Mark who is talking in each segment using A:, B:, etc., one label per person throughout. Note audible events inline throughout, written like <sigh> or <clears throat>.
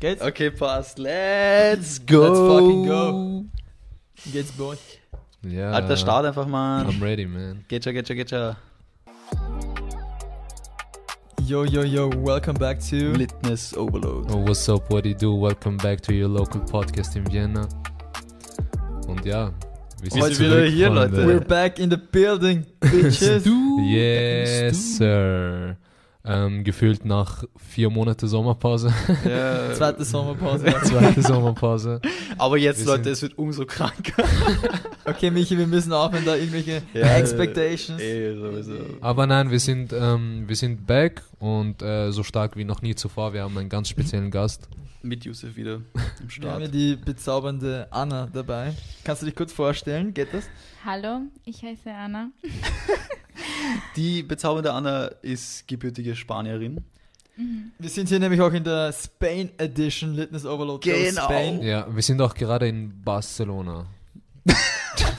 A: Geht's?
B: Okay, passt. Let's go.
A: Let's fucking go. Geht's, Boy?
C: Ja.
B: Äh. Alter, start einfach mal.
C: I'm ready, man.
B: Geht schon, geht schon, geht schon.
A: Yo, yo, yo, welcome back to...
B: Litness Overload.
C: Oh, what's up, what do you do? Welcome back to your local podcast in Vienna. Und ja, wir
B: Heute wieder
C: zurück,
B: hier,
C: Freunde.
B: Leute.
A: We're back in the building, bitches.
C: Yes, sir. Ähm, gefühlt nach vier Monate Sommerpause. <laughs>
B: Ja.
A: Zweite Sommerpause.
C: Zweite Sommerpause.
B: Aber jetzt,
C: Wir
B: Leute,
C: sind-
B: es wird umso
A: <laughs>
B: kranker.
A: Okay, Michi, wir müssen aufhören, da irgendwelche
B: Ja,
A: Expectations...
B: Ey, Eh, sowieso.
C: Aber nein, wir sind, ähm, wir sind back und äh, so stark wie noch nie zuvor. Wir haben einen ganz speziellen Gast.
B: Mit Yusuf wieder am
A: Wir haben
B: Start.
A: hier die bezaubernde Anna dabei. Kannst du dich kurz vorstellen? Geht das?
D: Hallo, ich heiße Anna.
B: Die bezaubernde Anna ist gebürtige Spanierin.
A: Wir sind hier nämlich auch in der Spain Edition Litness Overload goes
B: Genau.
A: Spain.
C: Ja, wir sind auch gerade in Barcelona.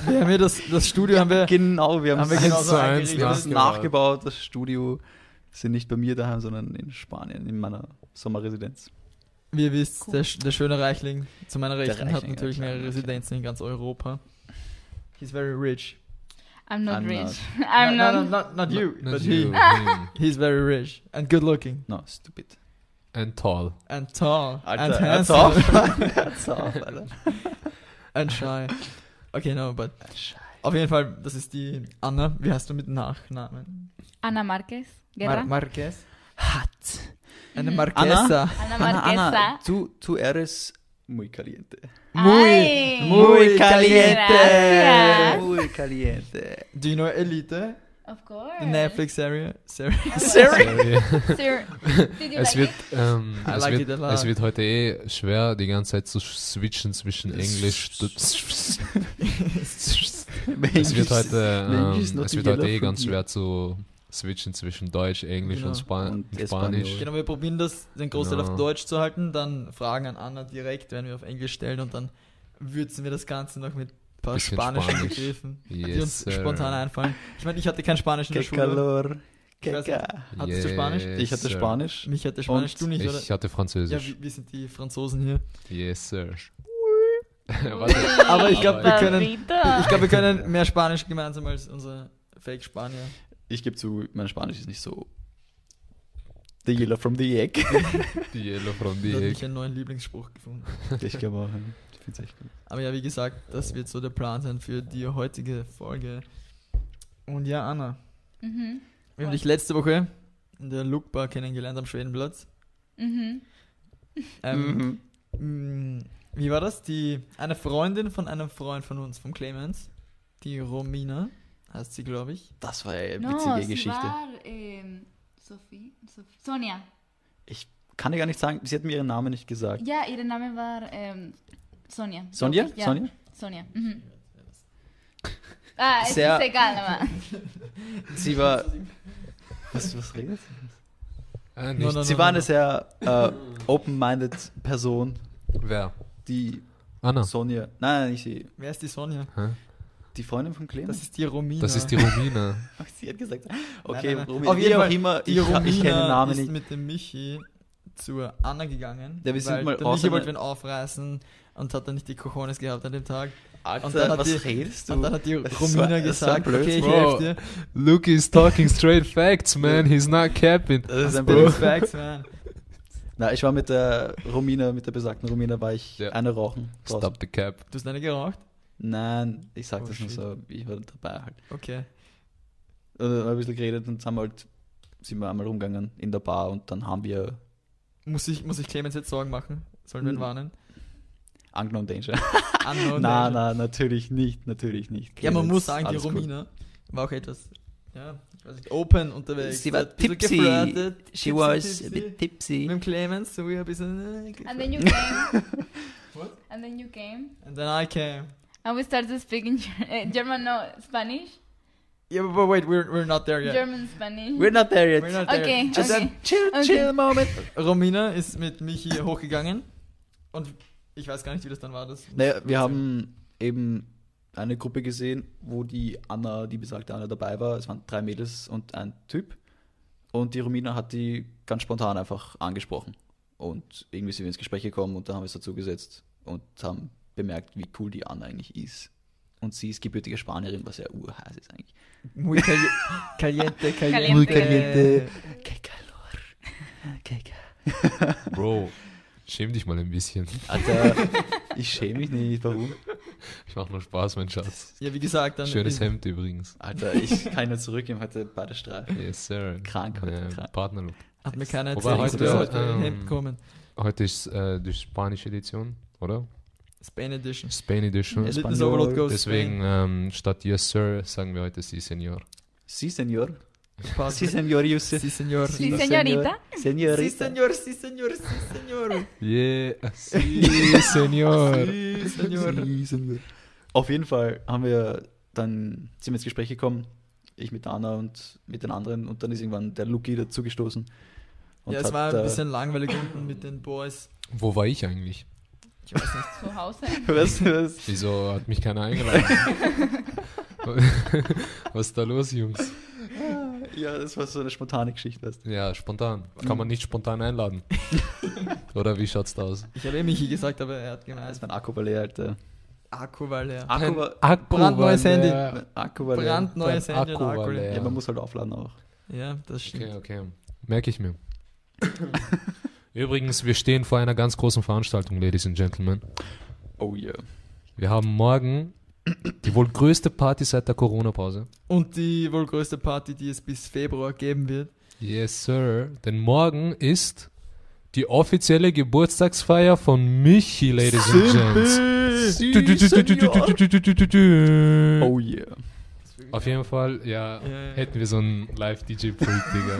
A: Wir haben hier das, das Studio haben wir
B: Genau, wir haben,
A: Haben wir
B: es
A: genau so
B: eins
A: eingerichtet.
B: zu eins nachgebaut. Das Studio sind nicht bei mir daheim, sondern in Spanien, in meiner Sommerresidenz.
A: Wie ihr wisst,
D: Cool.
A: der, Sch- der schöne Reichling zu meiner
B: Der
A: Rechten hat
B: Reichling,
A: natürlich
B: ja, klar,
A: mehrere
B: ja, klar.
A: Residenzen in ganz Europa. He's very rich.
D: I'm not
B: I'm
D: rich. <laughs> I'm
A: no,
D: not.
A: no, no, not, not you,
C: Not
A: but
C: you,
A: he.
C: him.
A: He's very rich and good looking
B: No, stupid. <laughs>
C: And tall.
A: and tall and
B: hört's
A: handsome
B: auf. <laughs> hört's auf, Alter.
A: <laughs> and shy. Okay, no, but auf jeden Fall, das ist die Anna. Wie heißt du mit Nachnamen?
D: Anna Marquez.
A: Mar
D: Guerra.
A: Marquez.
B: Hot.
A: Eine
D: Mhm.
A: Marquesa.
D: Anna
B: Ana,
D: Marquesa.
B: Ana, tú, tú eres muy caliente.
A: Muy,
D: Ay.
A: muy caliente.
D: Gracias.
B: Muy caliente.
A: Do you know Elite?
D: Of course.
A: The Netflix serie. serie.
C: Sorry.
D: Sir, did you
C: Es
D: like
C: wird,
D: it?
C: <laughs> ähm,
A: <laughs> I
C: es,
A: like it a
C: wird
A: lot.
C: es wird heute eh schwer, die ganze Zeit zu switchen zwischen Englisch.
A: <laughs>
B: <laughs>
C: es wird heute,
B: Englisch ist
C: ähm,
B: noch
C: es
B: die
C: wird heute
B: Yellow
C: eh ganz
B: Fruit.
C: schwer zu switchen zwischen Deutsch, Englisch
A: Genau.
C: und, Spa
B: Und
C: und Spanisch.
A: Genau, wir probieren das, den Großteil
C: Genau.
A: auf Deutsch zu halten, dann Fragen an Anna direkt, wenn wir auf Englisch stellen und dann würzen wir das Ganze noch mit ein paar
C: Bisschen
A: spanischen
C: Spanisch.
A: Begriffen, die Genau. uns
C: Yes, sir.
A: spontan einfallen. Ich meine, ich hatte kein Spanisch in der
B: Qué
A: Schule.
B: calor.
A: Ich
B: Qué
A: weiß nicht.
B: ca-
A: Hattest du Spanisch?
C: Yes,
B: Ich hatte
C: sir.
B: Spanisch.
A: Mich hatte Spanisch,
B: Und
A: du nicht, oder?
C: Ich hatte
A: Ja,
C: Französisch.
A: wie, wie sind die Franzosen
D: <laughs>
A: hier?
C: yes, sir. <laughs> Warte.
A: Aber ich glaub, wir können-
D: Burrito.
A: <laughs> Ich glaube, wir können mehr Spanisch gemeinsam als unsere Fake-Spanier.
B: Ich gebe zu, mein Spanisch ist nicht so. The Yellow from the
A: <laughs>
B: Egg.
C: Die Yellow from
A: Ich
C: the
A: habe
C: Egg.
A: nicht einen neuen Lieblingsspruch gefunden.
B: ich glaube auch. ja. Ich find's echt gut.
A: Aber ja, wie gesagt, das wird so der Plan sein für die heutige Folge. Und ja, Anna,
D: Mhm.
A: wir haben dich letzte Woche in der Lookbar kennengelernt am Schwedenplatz.
D: Mhm.
A: Ähm,
B: Mhm.
A: mh, Wie war das? Die, eine Freundin von einem Freund von uns, vom Clemens, die Romina, heißt sie, glaube ich.
B: Das war ja eine
D: No,
B: witzige
D: sie
B: Geschichte.
D: War, ähm, Sophie, Sophie. Sonja.
B: Kann ich gar nicht sagen, sie hat mir ihren Namen nicht gesagt.
D: Ja, ihr Name war ähm, Sonja. glaub
B: Sonja?
D: ich, Ja,
B: Sonja?
D: Sonja. Mhm. Ah, es
B: Sehr-
D: ist egal, aber.
B: Sie
D: <laughs>
B: war. Was, was redest du?
C: Äh,
A: No,
C: nicht
A: no, no,
B: Sie war
A: no,
B: eine sehr äh, open-minded Person,
C: Wer?
B: die
A: Ah.
C: Anna.
B: Sonja. Nein, nein, nicht sie.
A: no. Wer ist die Sonja?
C: Hä?
B: Die Freundin von Clemens.
A: Das ist die Romina.
C: Das ist die Romina.
B: Ach, <laughs> Sie hat gesagt. Okay,
A: Okay, nein, nein.
B: Romy,
A: Auf
B: wie
A: jeden
B: auch
A: Fall,
B: immer,
A: Die äh,
B: ich,
A: Romina
B: ich kenne den Namen
A: ist
B: nicht.
A: mit dem Michi zur Anna gegangen.
B: Ja, wir sind
A: weil
B: mal
A: der Michi
B: außer-
A: wollte wen aufreißen und hat dann nicht die Cojones gehabt an dem Tag.
B: Alter,
A: und dann hat
B: was
A: die-
B: redest du?
A: Und dann hat die
B: Das ist
A: Romina
B: so- das ist so
A: gesagt,
B: blöd,
A: okay, ich
C: Bro.
A: helfe dir.
C: Luke is talking straight facts, man. He's not capping.
B: das ist ein
A: Bro.
B: Bro.
A: Facts, man.
B: Na, ich war mit der Romina, mit der besagten Romina, war ich
C: Ja.
B: eine rauchen. draußen.
C: Stop the cap.
A: Du hast eine geraucht?
B: Nein, ich sag
A: Oh,
B: das nur
A: shit.
B: so, ich war dabei halt.
A: Okay.
B: Und dann haben wir ein bisschen geredet und haben halt, sind wir einmal rumgegangen in der Bar und dann haben wir
A: Muss ich, muss ich Clemens jetzt Sorgen machen? Sollen wir ihn
B: Hm.
A: warnen?
B: Unknown Danger. <laughs>
A: Unknown
B: na, na,
A: Danger.
B: natürlich nicht, natürlich nicht.
A: Oh, Ja, man
B: Clemens,
A: muss sagen, die
B: alles gut.
A: Romina war auch etwas, ja, ich weiß nicht, open unterwegs.
B: Sie war
A: hat ein bisschen
B: tipsy.
A: geflirtet.
B: She
A: Tipsy,
B: was a
A: tipsy.
B: bit
A: Mit
B: tipsy.
A: dem Clemens, so wir ein bisschen... äh,
D: And
A: geflirtet. <laughs>
D: then you came.
A: What?
D: And then you came.
A: And then I came.
D: And we started speaking <laughs> Ger- eh, German, no, Spanish.
A: Yeah, but, but wait, we're, we're not there yet.
D: German, Spanish.
B: We're not there yet.
A: We're not there.
D: okay,
B: Just
D: okay.
B: a chill,
D: Okay.
B: chill moment.
A: Romina ist mit Michi hochgegangen und ich weiß gar nicht, wie das dann war. Das
B: Naja, wir haben eben eine Gruppe gesehen, wo die Anna, die besagte Anna dabei war. Es waren drei Mädels und ein Typ. Und die Romina hat die ganz spontan einfach angesprochen. Und irgendwie sind wir ins Gespräch gekommen und da haben wir es dazu gesetzt und haben bemerkt, wie cool die Anna eigentlich ist. Und sie ist gebürtige Spanierin, was ja urheiß ist eigentlich.
A: Muy cali
B: <laughs>
A: caliente, caliente.
D: Muy
A: äh,
B: caliente. Que calor. Que calor.
C: Bro, schäm dich mal ein bisschen.
B: Alter, ich schäme mich nicht. Warum?
C: Ich mach nur Spaß, mein Schatz.
A: Ja, wie gesagt, dann.
C: Schönes Hemd übrigens.
B: Alter, ich kann nur zurückgeben, hatte beide Streifen.
C: Yes, sir.
B: Krank heute,
C: Ja,
B: krank.
C: Partnerlook.
A: Hat mir keiner
C: Wobei
A: erzählt, dass
B: heute,
A: wir heute
C: ähm,
A: ein Hemd kommen.
C: Heute ist äh, die spanische Edition, oder?
A: Spain Edition.
C: Spain Edition.
B: Es-
A: Little
B: Espanol.
A: Overload goes
C: Deswegen ähm, statt Yes, sir, sagen wir heute Sie, Senior.
B: Si, senor.
A: Spain. Passt.
B: Si, senor, Yusuf.
A: Si, senor.
D: Si, señorita.
A: Si,
B: Senorita.
A: senor, si, senor, si, senor.
C: Yeah,
B: <laughs>
C: Sie, Senior.
A: Si, senor.
B: Sie sind wir. Auf jeden Fall haben wir dann sind wir ins Gespräch gekommen, ich mit der Anna und mit den anderen und dann ist irgendwann der Luki dazugestoßen. und
A: Ja, es
B: hat,
A: war
B: äh,
A: ein bisschen langweilig unten mit den Boys.
C: Wo war ich eigentlich?
A: Ich weiß nicht.
D: Zu Hause.
B: Weißt du <laughs> was?
C: Wieso hat mich
B: <laughs>
C: keiner eingeladen? Was ist da los, Jungs?
B: Ja, das war so eine spontane Geschichte. Weißt
C: Ja, spontan. Kann man nicht
B: <laughs>
C: spontan einladen. Oder wie schaut's da aus?
A: Ich habe eh Michi gesagt, aber er hat
B: du. Ja,
A: gemeint,
B: das war ein Akku war leer, Alter.
A: Akku war leer.
B: Akku war,
C: Akku
A: Brandneues
C: war
A: Handy.
C: leer.
B: Akku war leer.
A: Brandneues
C: Dein
A: Handy und
C: Akku war
A: Akku.
C: leer.
B: Ja, man muss halt aufladen auch.
A: Ja, das stimmt.
C: Okay, okay. Merke ich mir. <coughs> Übrigens, wir stehen vor einer ganz großen Veranstaltung, Ladies and Gentlemen.
B: Oh yeah.
C: Wir haben morgen die wohl größte Party seit der Corona-Pause.
A: Und die wohl größte Party, die es bis Februar geben wird.
C: Yes, Sir. Denn morgen ist die offizielle Geburtstagsfeier von Michi, Ladies and Gents.
B: Oh yeah.
C: Auf jeden Fall, ja,
A: Ja, ja,
C: hätten wir so einen Live-DJ-Pult, Digga.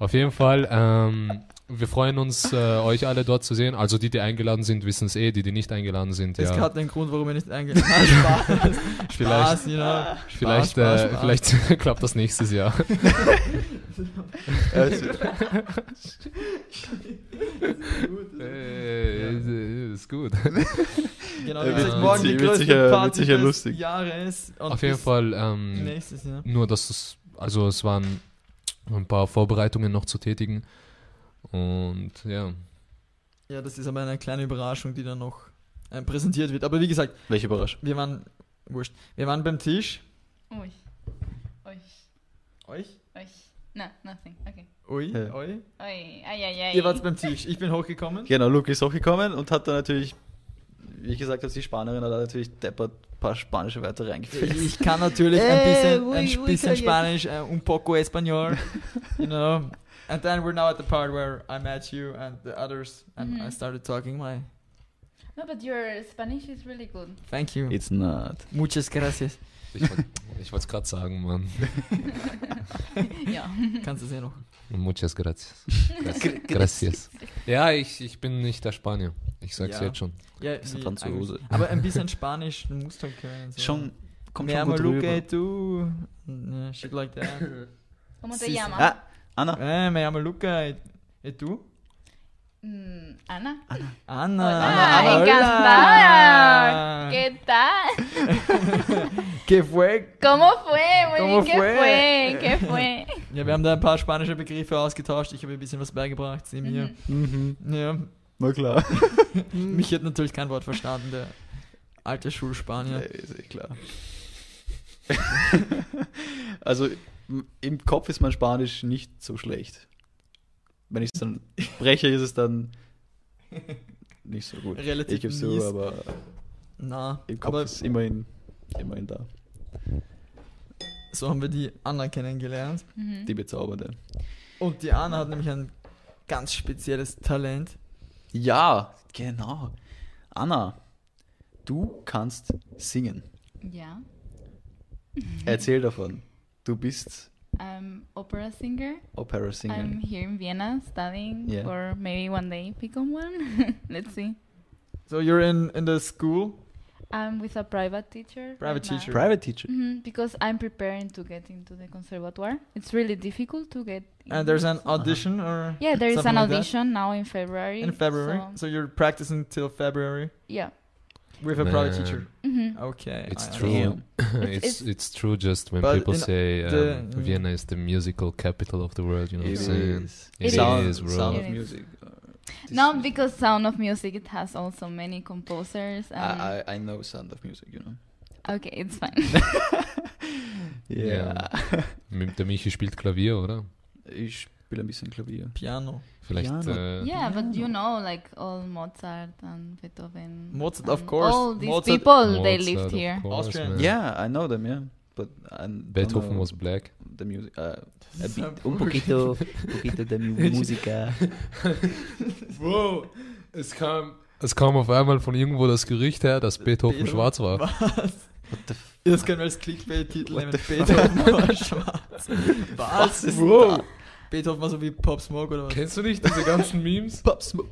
C: Auf jeden Fall, ähm, wir freuen uns, äh, euch alle dort zu sehen. Also die, die eingeladen sind, wissen es eh. Die, die nicht eingeladen sind,
A: Es
C: ja.
A: hat einen Grund, warum er nicht eingeladen
C: <laughs>
A: hat. <laughs> Spaß,
C: Vielleicht,
A: Spaß, you know.
C: vielleicht,
A: Spaß,
C: äh,
A: Spaß. <laughs>
C: vielleicht <laughs> klappt das nächstes Jahr.
B: <laughs> Also,
C: Äh, ist gut.
A: Genau,
B: Äh,
A: wie gesagt,
C: wird
A: morgen die
B: sicher- wird
A: größte
B: sicher- wird
A: Party
B: sicher
A: des
B: lustig.
A: Jahres. und
C: Auf jeden
A: bis
C: Fall, ähm,
A: Nächstes Jahr.
C: nur dass es, also es waren ein paar Vorbereitungen noch zu tätigen. Und ja,
A: Ja, das ist aber eine kleine Überraschung, die dann noch äh, präsentiert wird. Aber wie gesagt,
B: welche Überraschung.
A: wir waren, wurscht, wir waren beim Tisch.
D: Euch. Euch.
A: Euch?
D: Euch. Na, nothing. Okay.
A: Ui,
B: Ja.
A: oi.
D: Oi. Ai, ai, ai.
A: Ihr wart beim Tisch. Ich bin hochgekommen.
B: Genau, Luki ist hochgekommen und hat dann natürlich, wie ich gesagt habe, die Spanierin hat da natürlich deppert ein paar spanische Wörter reingefüllt.
A: Ich kann natürlich ein
B: Äh,
D: Ey,
A: bisschen,
D: ui,
A: ein
D: ui,
A: bisschen
D: caliente.
A: Spanisch, uh, un
B: <laughs>
A: poco español, you know. And then we're now at the part where I met you and the others, and
D: Mhm.
A: I started talking my
D: No, but your Spanish is really good.
A: <laughs>
D: <laughs>
A: thank you,
B: It's not.
A: muchas gracias.
C: ich
A: <laughs>
C: wollte es gerade sagen, Mann.
D: ja.
A: Kannst du es eh
B: <laughs>
A: noch?
C: Muchas gracias. Gracias. Ja, ich, ich bin nicht der Spanier. Ich sag's
A: Ja.
C: jetzt schon.
A: Ja,
B: Ist ein
A: wie
B: Franzose.
A: eigentlich. Aber ein bisschen Spanisch, du musst halt können. So.
B: Schon, kommt
A: Mehr
B: schon gut
A: look
B: rüber.
A: at you. Yeah, shit like
B: <laughs>
A: that.
D: ¿Cómo te
A: Sí, sí.
D: llamas?
B: Ah, Anna.
A: eh, me llamo Luca. E, e tu?
D: Mm, Ana.
A: Anna.
D: Hola,
A: Anna, hola. Ah.
D: encantada. ¿Qué tal?
A: <laughs> Que fue?
D: ¿Cómo fue? Muy
A: ¿Cómo
D: bien, ¿qué
A: fue?
D: fue? ¿Qué
A: <laughs>
D: fue?
A: Ja, wir haben da ein paar spanische Begriffe ausgetauscht. Ich habe ein bisschen was beigebracht. Sie
D: Mm-hmm.
A: mir.
B: Mhm.
A: Ja,
B: Na klar. Mhm.
A: Mich hat natürlich kein Wort verstanden, der alte
B: Ja.
A: Schulspanier.
B: <laughs> Ist eh klar. also m- im Kopf ist mein Spanisch nicht so schlecht. Wenn ich es dann spreche, ist es dann nicht so gut.
A: Relativ
B: ich gebe es
A: mies.
B: so, aber
A: Na,
B: im Kopf
A: aber
B: ist immerhin, immerhin da.
A: so haben wir die Anna kennengelernt.
D: Mhm.
B: Die Bezaubernde.
A: Und die Anna hat nämlich ein ganz spezielles Talent.
B: Ja, genau. Anna, du kannst singen.
D: Ja.
B: Erzähl davon. Du bist
D: I'm Um, opera singer. I'm
B: Opera-Singer.
D: here in Vienna studying
B: Yeah.
D: for maybe one day become one. <laughs> Let's see.
A: So you're in, in the school.
D: I'm with a private teacher.
A: Private
D: now.
A: teacher.
B: Private Teacher.
D: Mhm, because I'm preparing to get into the conservatoire. It's really difficult to get. in.
A: And there's an audition or
D: yeah, there is
A: something
D: an
A: like that
D: audition now in February.
A: in February. So.
D: so-
A: you're practicing till February
D: yeah.
A: with a private
C: Man.
A: teacher.
D: Mhm.
A: Okay.
C: It's
A: I-
C: true.
B: Damn.
A: <laughs>
C: it's,
D: it's-
C: it's true just when
A: But
C: people
A: in
C: say
A: the- mm.
C: um, Vienna is the musical capital of the world, you know what I'm
B: It
C: saying?
B: is.
C: It is,
D: It is.
B: Sound,
C: bro.
B: Sound of
D: It is.
B: Music. This-
D: No, because Sound of Music it has also many composers. And
B: I, I, I know sound of music, you know.
D: okay, it's fine.
B: Yeah.
C: Mit- Der Michi spielt Klavier, oder?
B: Ich spiele ein bisschen Klavier.
A: Piano.
C: Vielleicht.
B: Piano.
C: Äh,
D: <laughs> yeah, but you
B: Yeah.
D: know, like all Mozart and Beethoven.
A: Mozart,
D: and
A: of course.
D: All these
A: Mozart-
D: people, they
C: Mozart,
D: lived
C: of
D: here.
C: course,
A: Austrian.
C: man.
B: Yeah, I know them, yeah. But I don't
C: Beethoven
A: Genau.
B: know
C: was black.
B: the music. Uh, a
A: ist ja
B: bit, un poquito, poquito de
D: <laughs>
B: mu- música.
C: Wow, es kam. Es kam auf einmal von irgendwo das Gerücht her, dass Beethoven,
A: Beethoven
C: schwarz war.
A: Was?
B: What the f
A: Das können wir als Clickbait-Titel
B: What
A: nehmen.
B: the fuck?
A: Beethoven war schwarz. Was?
B: Was ist
A: Wow.
B: da?
A: Beethoven war so wie Pop Smoke oder was?
C: Kennst du nicht diese ganzen
A: <laughs>
C: Memes?
B: Pop Smoke.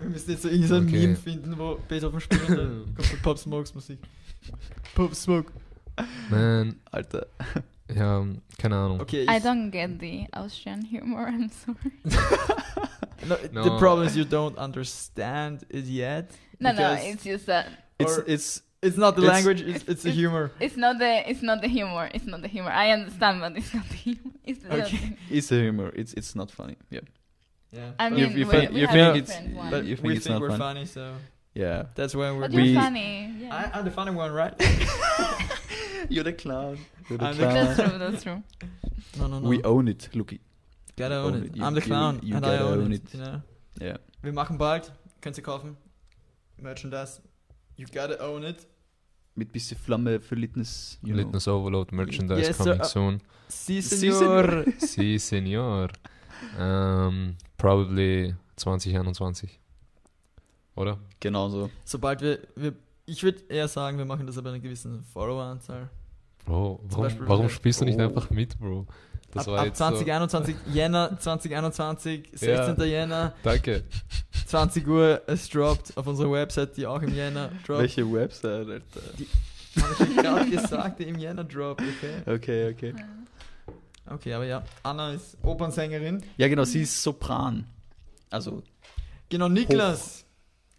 A: Wir müssen jetzt so irgendein
C: Okay.
A: Meme finden, wo Beethoven spielt und dann kommt so Pop Smokes Musik. Pop Smoke.
C: Man,
B: Alter.
C: ja, keine Ahnung.
A: Okay, ich,
D: I don't get the Austrian humor. <laughs> I'm sorry.
A: no,
C: No.
A: The problem is you don't understand it yet.
D: No, no,
A: Because-
D: it's just that
B: It's,
A: Or-
B: it's,
A: It's not the
B: It's-
A: language, it's, it's the
D: it's-
A: humor.
D: it's not the it's not the humor. It's not the humor. I understand, but it's not the <laughs> humor. It's the
A: Okay.
B: it's a humor. It's, it's not funny. Yeah.
A: Yeah.
D: I
A: But-
D: mean,
B: you
D: we,
B: think-
D: we
B: you
D: have
B: think
D: a
B: it's-
D: different one.
A: but
B: you think
A: we
B: it's not
A: think we're
B: fun?
A: funny, so
B: <laughs> Yeah.
A: that's why we're
D: But
B: We-
D: you're funny.
A: I,
D: Yeah.
A: I'm the funny one, right?
B: <laughs> You're the clown. You're
A: I'm the
D: that's true. That's true.
A: No, no, no.
B: We own it, Luki.
A: gotta
B: we
A: own
B: own
A: it.
B: it. You-
A: I'm the
B: you-
A: clown
B: you
A: and I
B: gotta
A: own,
B: own
A: it.
B: it.
A: You know?
B: Yeah.
A: Wir machen bald, könnt ihr kaufen. Merchandise. You gotta own it.
B: Mit bisschen Flamme, Verlitnis. you know.
C: Litness Overload Merchandise
A: Yes, sir,
C: coming
A: uh,
C: soon.
A: Si,
B: Si,
A: senor.
C: si, senor. Ähm, probably 2021. Oder?
B: Genau so.
A: Sobald wir, wir ich würde eher sagen, wir machen das aber einer gewissen Follower-Anzahl.
C: Bro,
A: Beispiel-
C: warum, warum spielst du nicht
B: Oh.
C: einfach mit, Bro?
A: Ab, ab
C: jetzt so-
A: 2021,
B: <laughs>
A: Jänner 2021, 16. Jänner,
C: Danke.
A: 20 Uhr, es droppt auf unserer Website, die auch
B: <laughs>
A: im Jänner droppt.
B: Welche Website, Alter?
A: Habe ich ja gerade gesagt, die im Jänner
B: <laughs>
A: droppt, <laughs> okay?
B: Okay, okay.
A: Okay, aber ja, Anna ist Opernsängerin.
B: Ja, genau, sie ist Sopran. Also,
A: Genau, Niklas,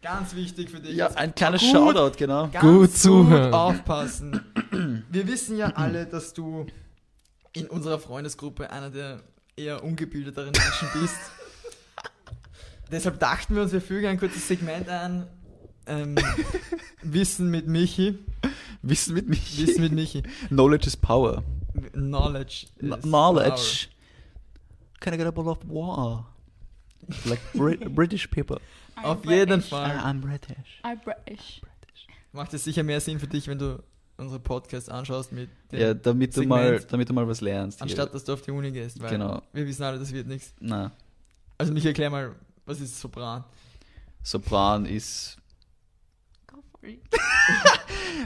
A: ganz wichtig für dich.
B: ja,
A: jetzt.
B: ein kleines
A: Gut.
B: Shoutout, genau.
A: ganz
C: Gut
A: gut
C: zuhören.
A: aufpassen.
B: <clears throat>
A: Wir wissen ja alle, dass du in unserer Freundesgruppe einer der eher ungebildeteren Menschen
B: <laughs>
A: bist. Deshalb dachten wir uns, wir fügen ein kurzes Segment ein.
B: <laughs>
A: Ähm, Wissen mit Michi.
B: Wissen mit mich.
A: Wissen mit Michi.
B: <laughs> Knowledge is power.
A: Knowledge.
B: N-
A: is
B: Knowledge. Can I get a bottle of water? Like <laughs> Brit British people.
A: power. Auf jeden Fall.
B: Ah, I'm British.
D: I brush.
A: Macht es sicher mehr Sinn für dich, wenn du unsere Podcasts anschaust mit dem,
B: Ja, damit du,
A: Segment.
B: mal, damit du mal was lernst. hier.
A: anstatt dass du auf die Uni gehst. Weil
B: Genau.
A: Wir wissen alle, das wird nichts.
B: Na,
A: Also Michi, erklär mal, was ist Sopran?
B: Sopran ist.
D: Go for it.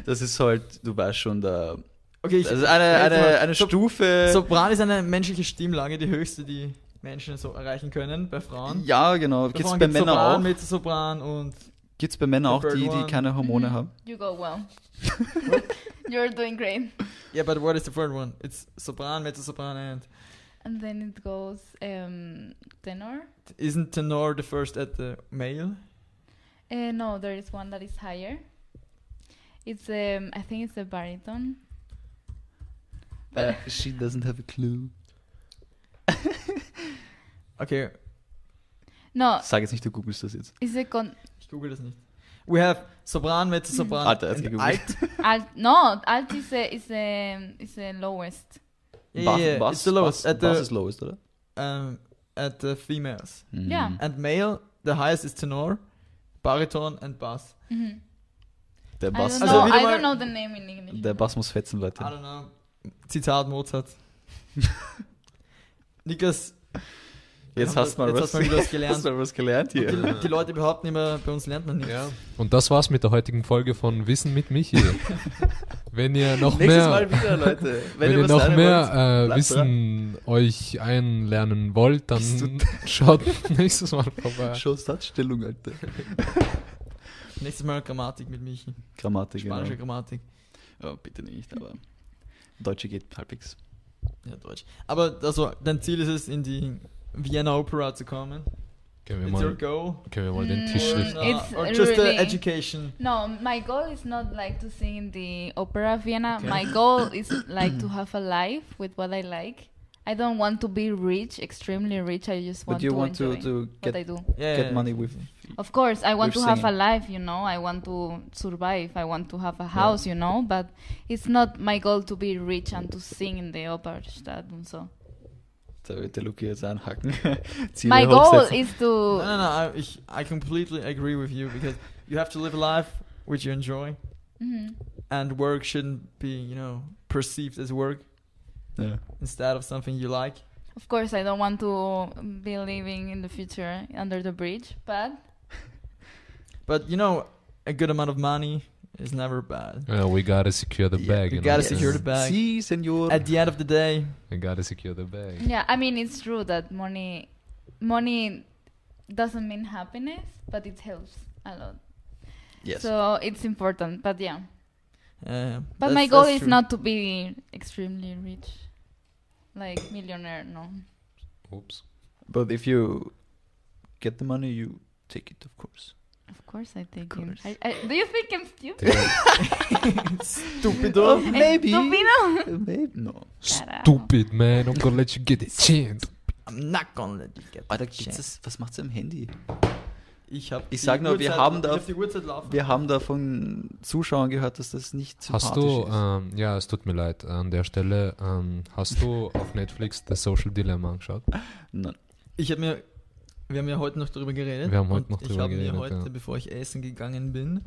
B: Das ist halt, du weißt schon, da.
A: Okay, ich,
B: Das ist eine,
A: Jetzt mal.
B: eine, eine
A: So-
B: Stufe.
A: Sopran ist eine menschliche Stimmlage, die höchste, die Menschen so erreichen können bei Frauen.
B: Ja, genau. Gibt's
A: Frauen
B: bei
A: gibt's
B: Männern
A: Sopran,
B: auch?
A: Mezzosopran und
B: Gibt's bei Männern
A: The
B: auch die,
A: third
B: die
A: one.
B: keine Hormone
D: Mhm.
B: haben?
D: <laughs> You go well. <laughs> You're doing great.
A: yeah, but what is the third one? It's Sopran, Mezzosopran and
D: And then it goes um, tenor.
A: isn't tenor the first at the male?
D: Uh, no, there is one that is higher. It's um, I think it's a baritone.
B: Uh, she doesn't have a clue.
A: Okay,
D: No,
B: Ah, Sag jetzt nicht, du googelst das jetzt.
D: it's a con.
A: ich google das nicht. We have Sopran, Mezzosopran
B: Alter, er hat's
A: and
B: gegoogelt. <laughs>
A: Alt.
D: Alt, no, alt is a, is a, is a lowest.
A: Yeah, yeah, yeah, it's the lowest
B: Bass,
A: at the
B: Bass is lowest, oder?
A: um, at the females.
D: Ja.
B: Mhm.
A: And male, the highest is tenor, Bariton and bass.
D: Mhm.
B: Der
D: I
B: Bass,
D: don't,
A: Also
D: know,
A: wieder
D: I
A: mal-
D: don't know the name in English.
B: der Bass muss fetzen,
A: I
B: Leute.
A: don't know.
B: <laughs>
A: Zitat Mozart. Niklas,
B: Jetzt hast du mal
A: Genau, jetzt
B: was,
A: hast du
B: <laughs>
A: mal wieder was gelernt.
B: hast mal was gelernt hier. <laughs>
A: Die, die Leute behaupten immer, bei uns lernt man nichts.
C: Ja. Und das war's mit der heutigen Folge von Wissen mit Michi. Wenn ihr noch
B: Nächstes
C: mehr.
B: Mal wieder, Leute.
C: Wenn, ihr
B: was
C: noch
B: lernen
C: mehr
B: wollt,
C: äh,
B: bleibt
C: Wissen euch einlernen wollt,
B: Bist
C: <laughs>
B: du
C: dann schaut <laughs> nächstes Mal vorbei.
B: dran. Schon Satzstellung, Alter.
A: Nächstes Mal Grammatik mit Michi.
B: Grammatik,
A: Spanische
B: genau.
A: Grammatik.
B: Ja, bitte nicht, aber Deutsche geht halbwegs.
A: Ja, Deutsch. Aber also, dein Ziel ist es, in die Vienna Opera zu kommen.
C: Können wir
A: It's your
C: mal,
A: goal.
C: können wir mal den
D: Mm.
C: Tisch
A: Or,
C: richten.
A: uh,
D: It's
A: or just the
D: really-
A: education.
D: No, my goal is not like to
B: <coughs>
D: sing in the opera Vienna. My goal is like to have a life with what I like I don't want to be rich, extremely rich. I just want
B: But you
D: to
B: want to,
D: enjoy
B: to
D: what I
B: get,
D: do.
A: Yeah,
B: get
A: yeah,
B: money
A: yeah.
B: with.
D: Of course, I want to
B: with
D: have a
B: singing.
D: life, you know. I want to survive. I want to have a house, you know. But it's not my goal to be rich and to sing in the Oberstadt und so.
B: Da wird der Luki jetzt <laughs> anhacken. Ziele
D: My goal
B: hochsetzen.
D: is
A: No,
D: to
B: Ah,
A: no, no. I, ich- I completely agree with you because you have to live a life which you enjoy,
D: Mhm.
A: and work shouldn't be, you know, perceived as work
B: Ja.
A: instead of something you like.
D: Of course, I don't want to be living in the future under the bridge, but
A: But you know, a good amount of money is never bad.
C: Yeah, we gotta secure the
B: Yeah,
C: bag.
A: we
C: you know
A: gotta
C: what I'm
A: secure the
C: saying?
A: bag.
B: Sie, Senor.
A: At the end of the day,
C: We gotta secure the bag.
D: yeah, I mean it's true that money, money doesn't mean happiness, but it helps a lot.
B: Yes.
D: So it's important, but yeah.
A: uh,
D: But
A: that's-
D: my goal
A: that's
D: is
A: true.
D: not to be extremely rich, like millionaire. No.
C: Oops.
B: But if you get the money, you take it, of <laughs> course.
D: Of course, I think.
B: Of
D: I'm-
B: course.
D: I, I, do you think I'm stupid?
A: Stupido.
B: Oh, maybe.
D: <laughs> Estúpido.
B: Maybe. No.
D: Carajo.
C: Stupid man, I'm gonna let you get it. Shit.
A: I'm not gonna let you get
B: Alter,
A: that
B: gibt's
A: chance.
B: das, was macht's am Handy?
A: Ich hab
B: Ich
A: die
B: sag nur, wir
A: Uhrzeit-
B: haben da-
A: Ich hab die Uhrzeit laufen.
B: Wir haben da von Zuschauern gehört, dass das nicht sympathisch
C: Hast du,
B: ist.
C: ähm, ja, es tut mir leid an der Stelle, ähm, hast du auf Netflix The Social Dilemma angeschaut?
B: Nein.
A: Ich habe mir, wir haben ja heute noch drüber geredet.
C: Wir haben heute
A: und
C: noch
A: Ich
C: drüber
A: habe mir
C: geredet,
A: heute,
C: ja.
A: bevor ich essen gegangen bin,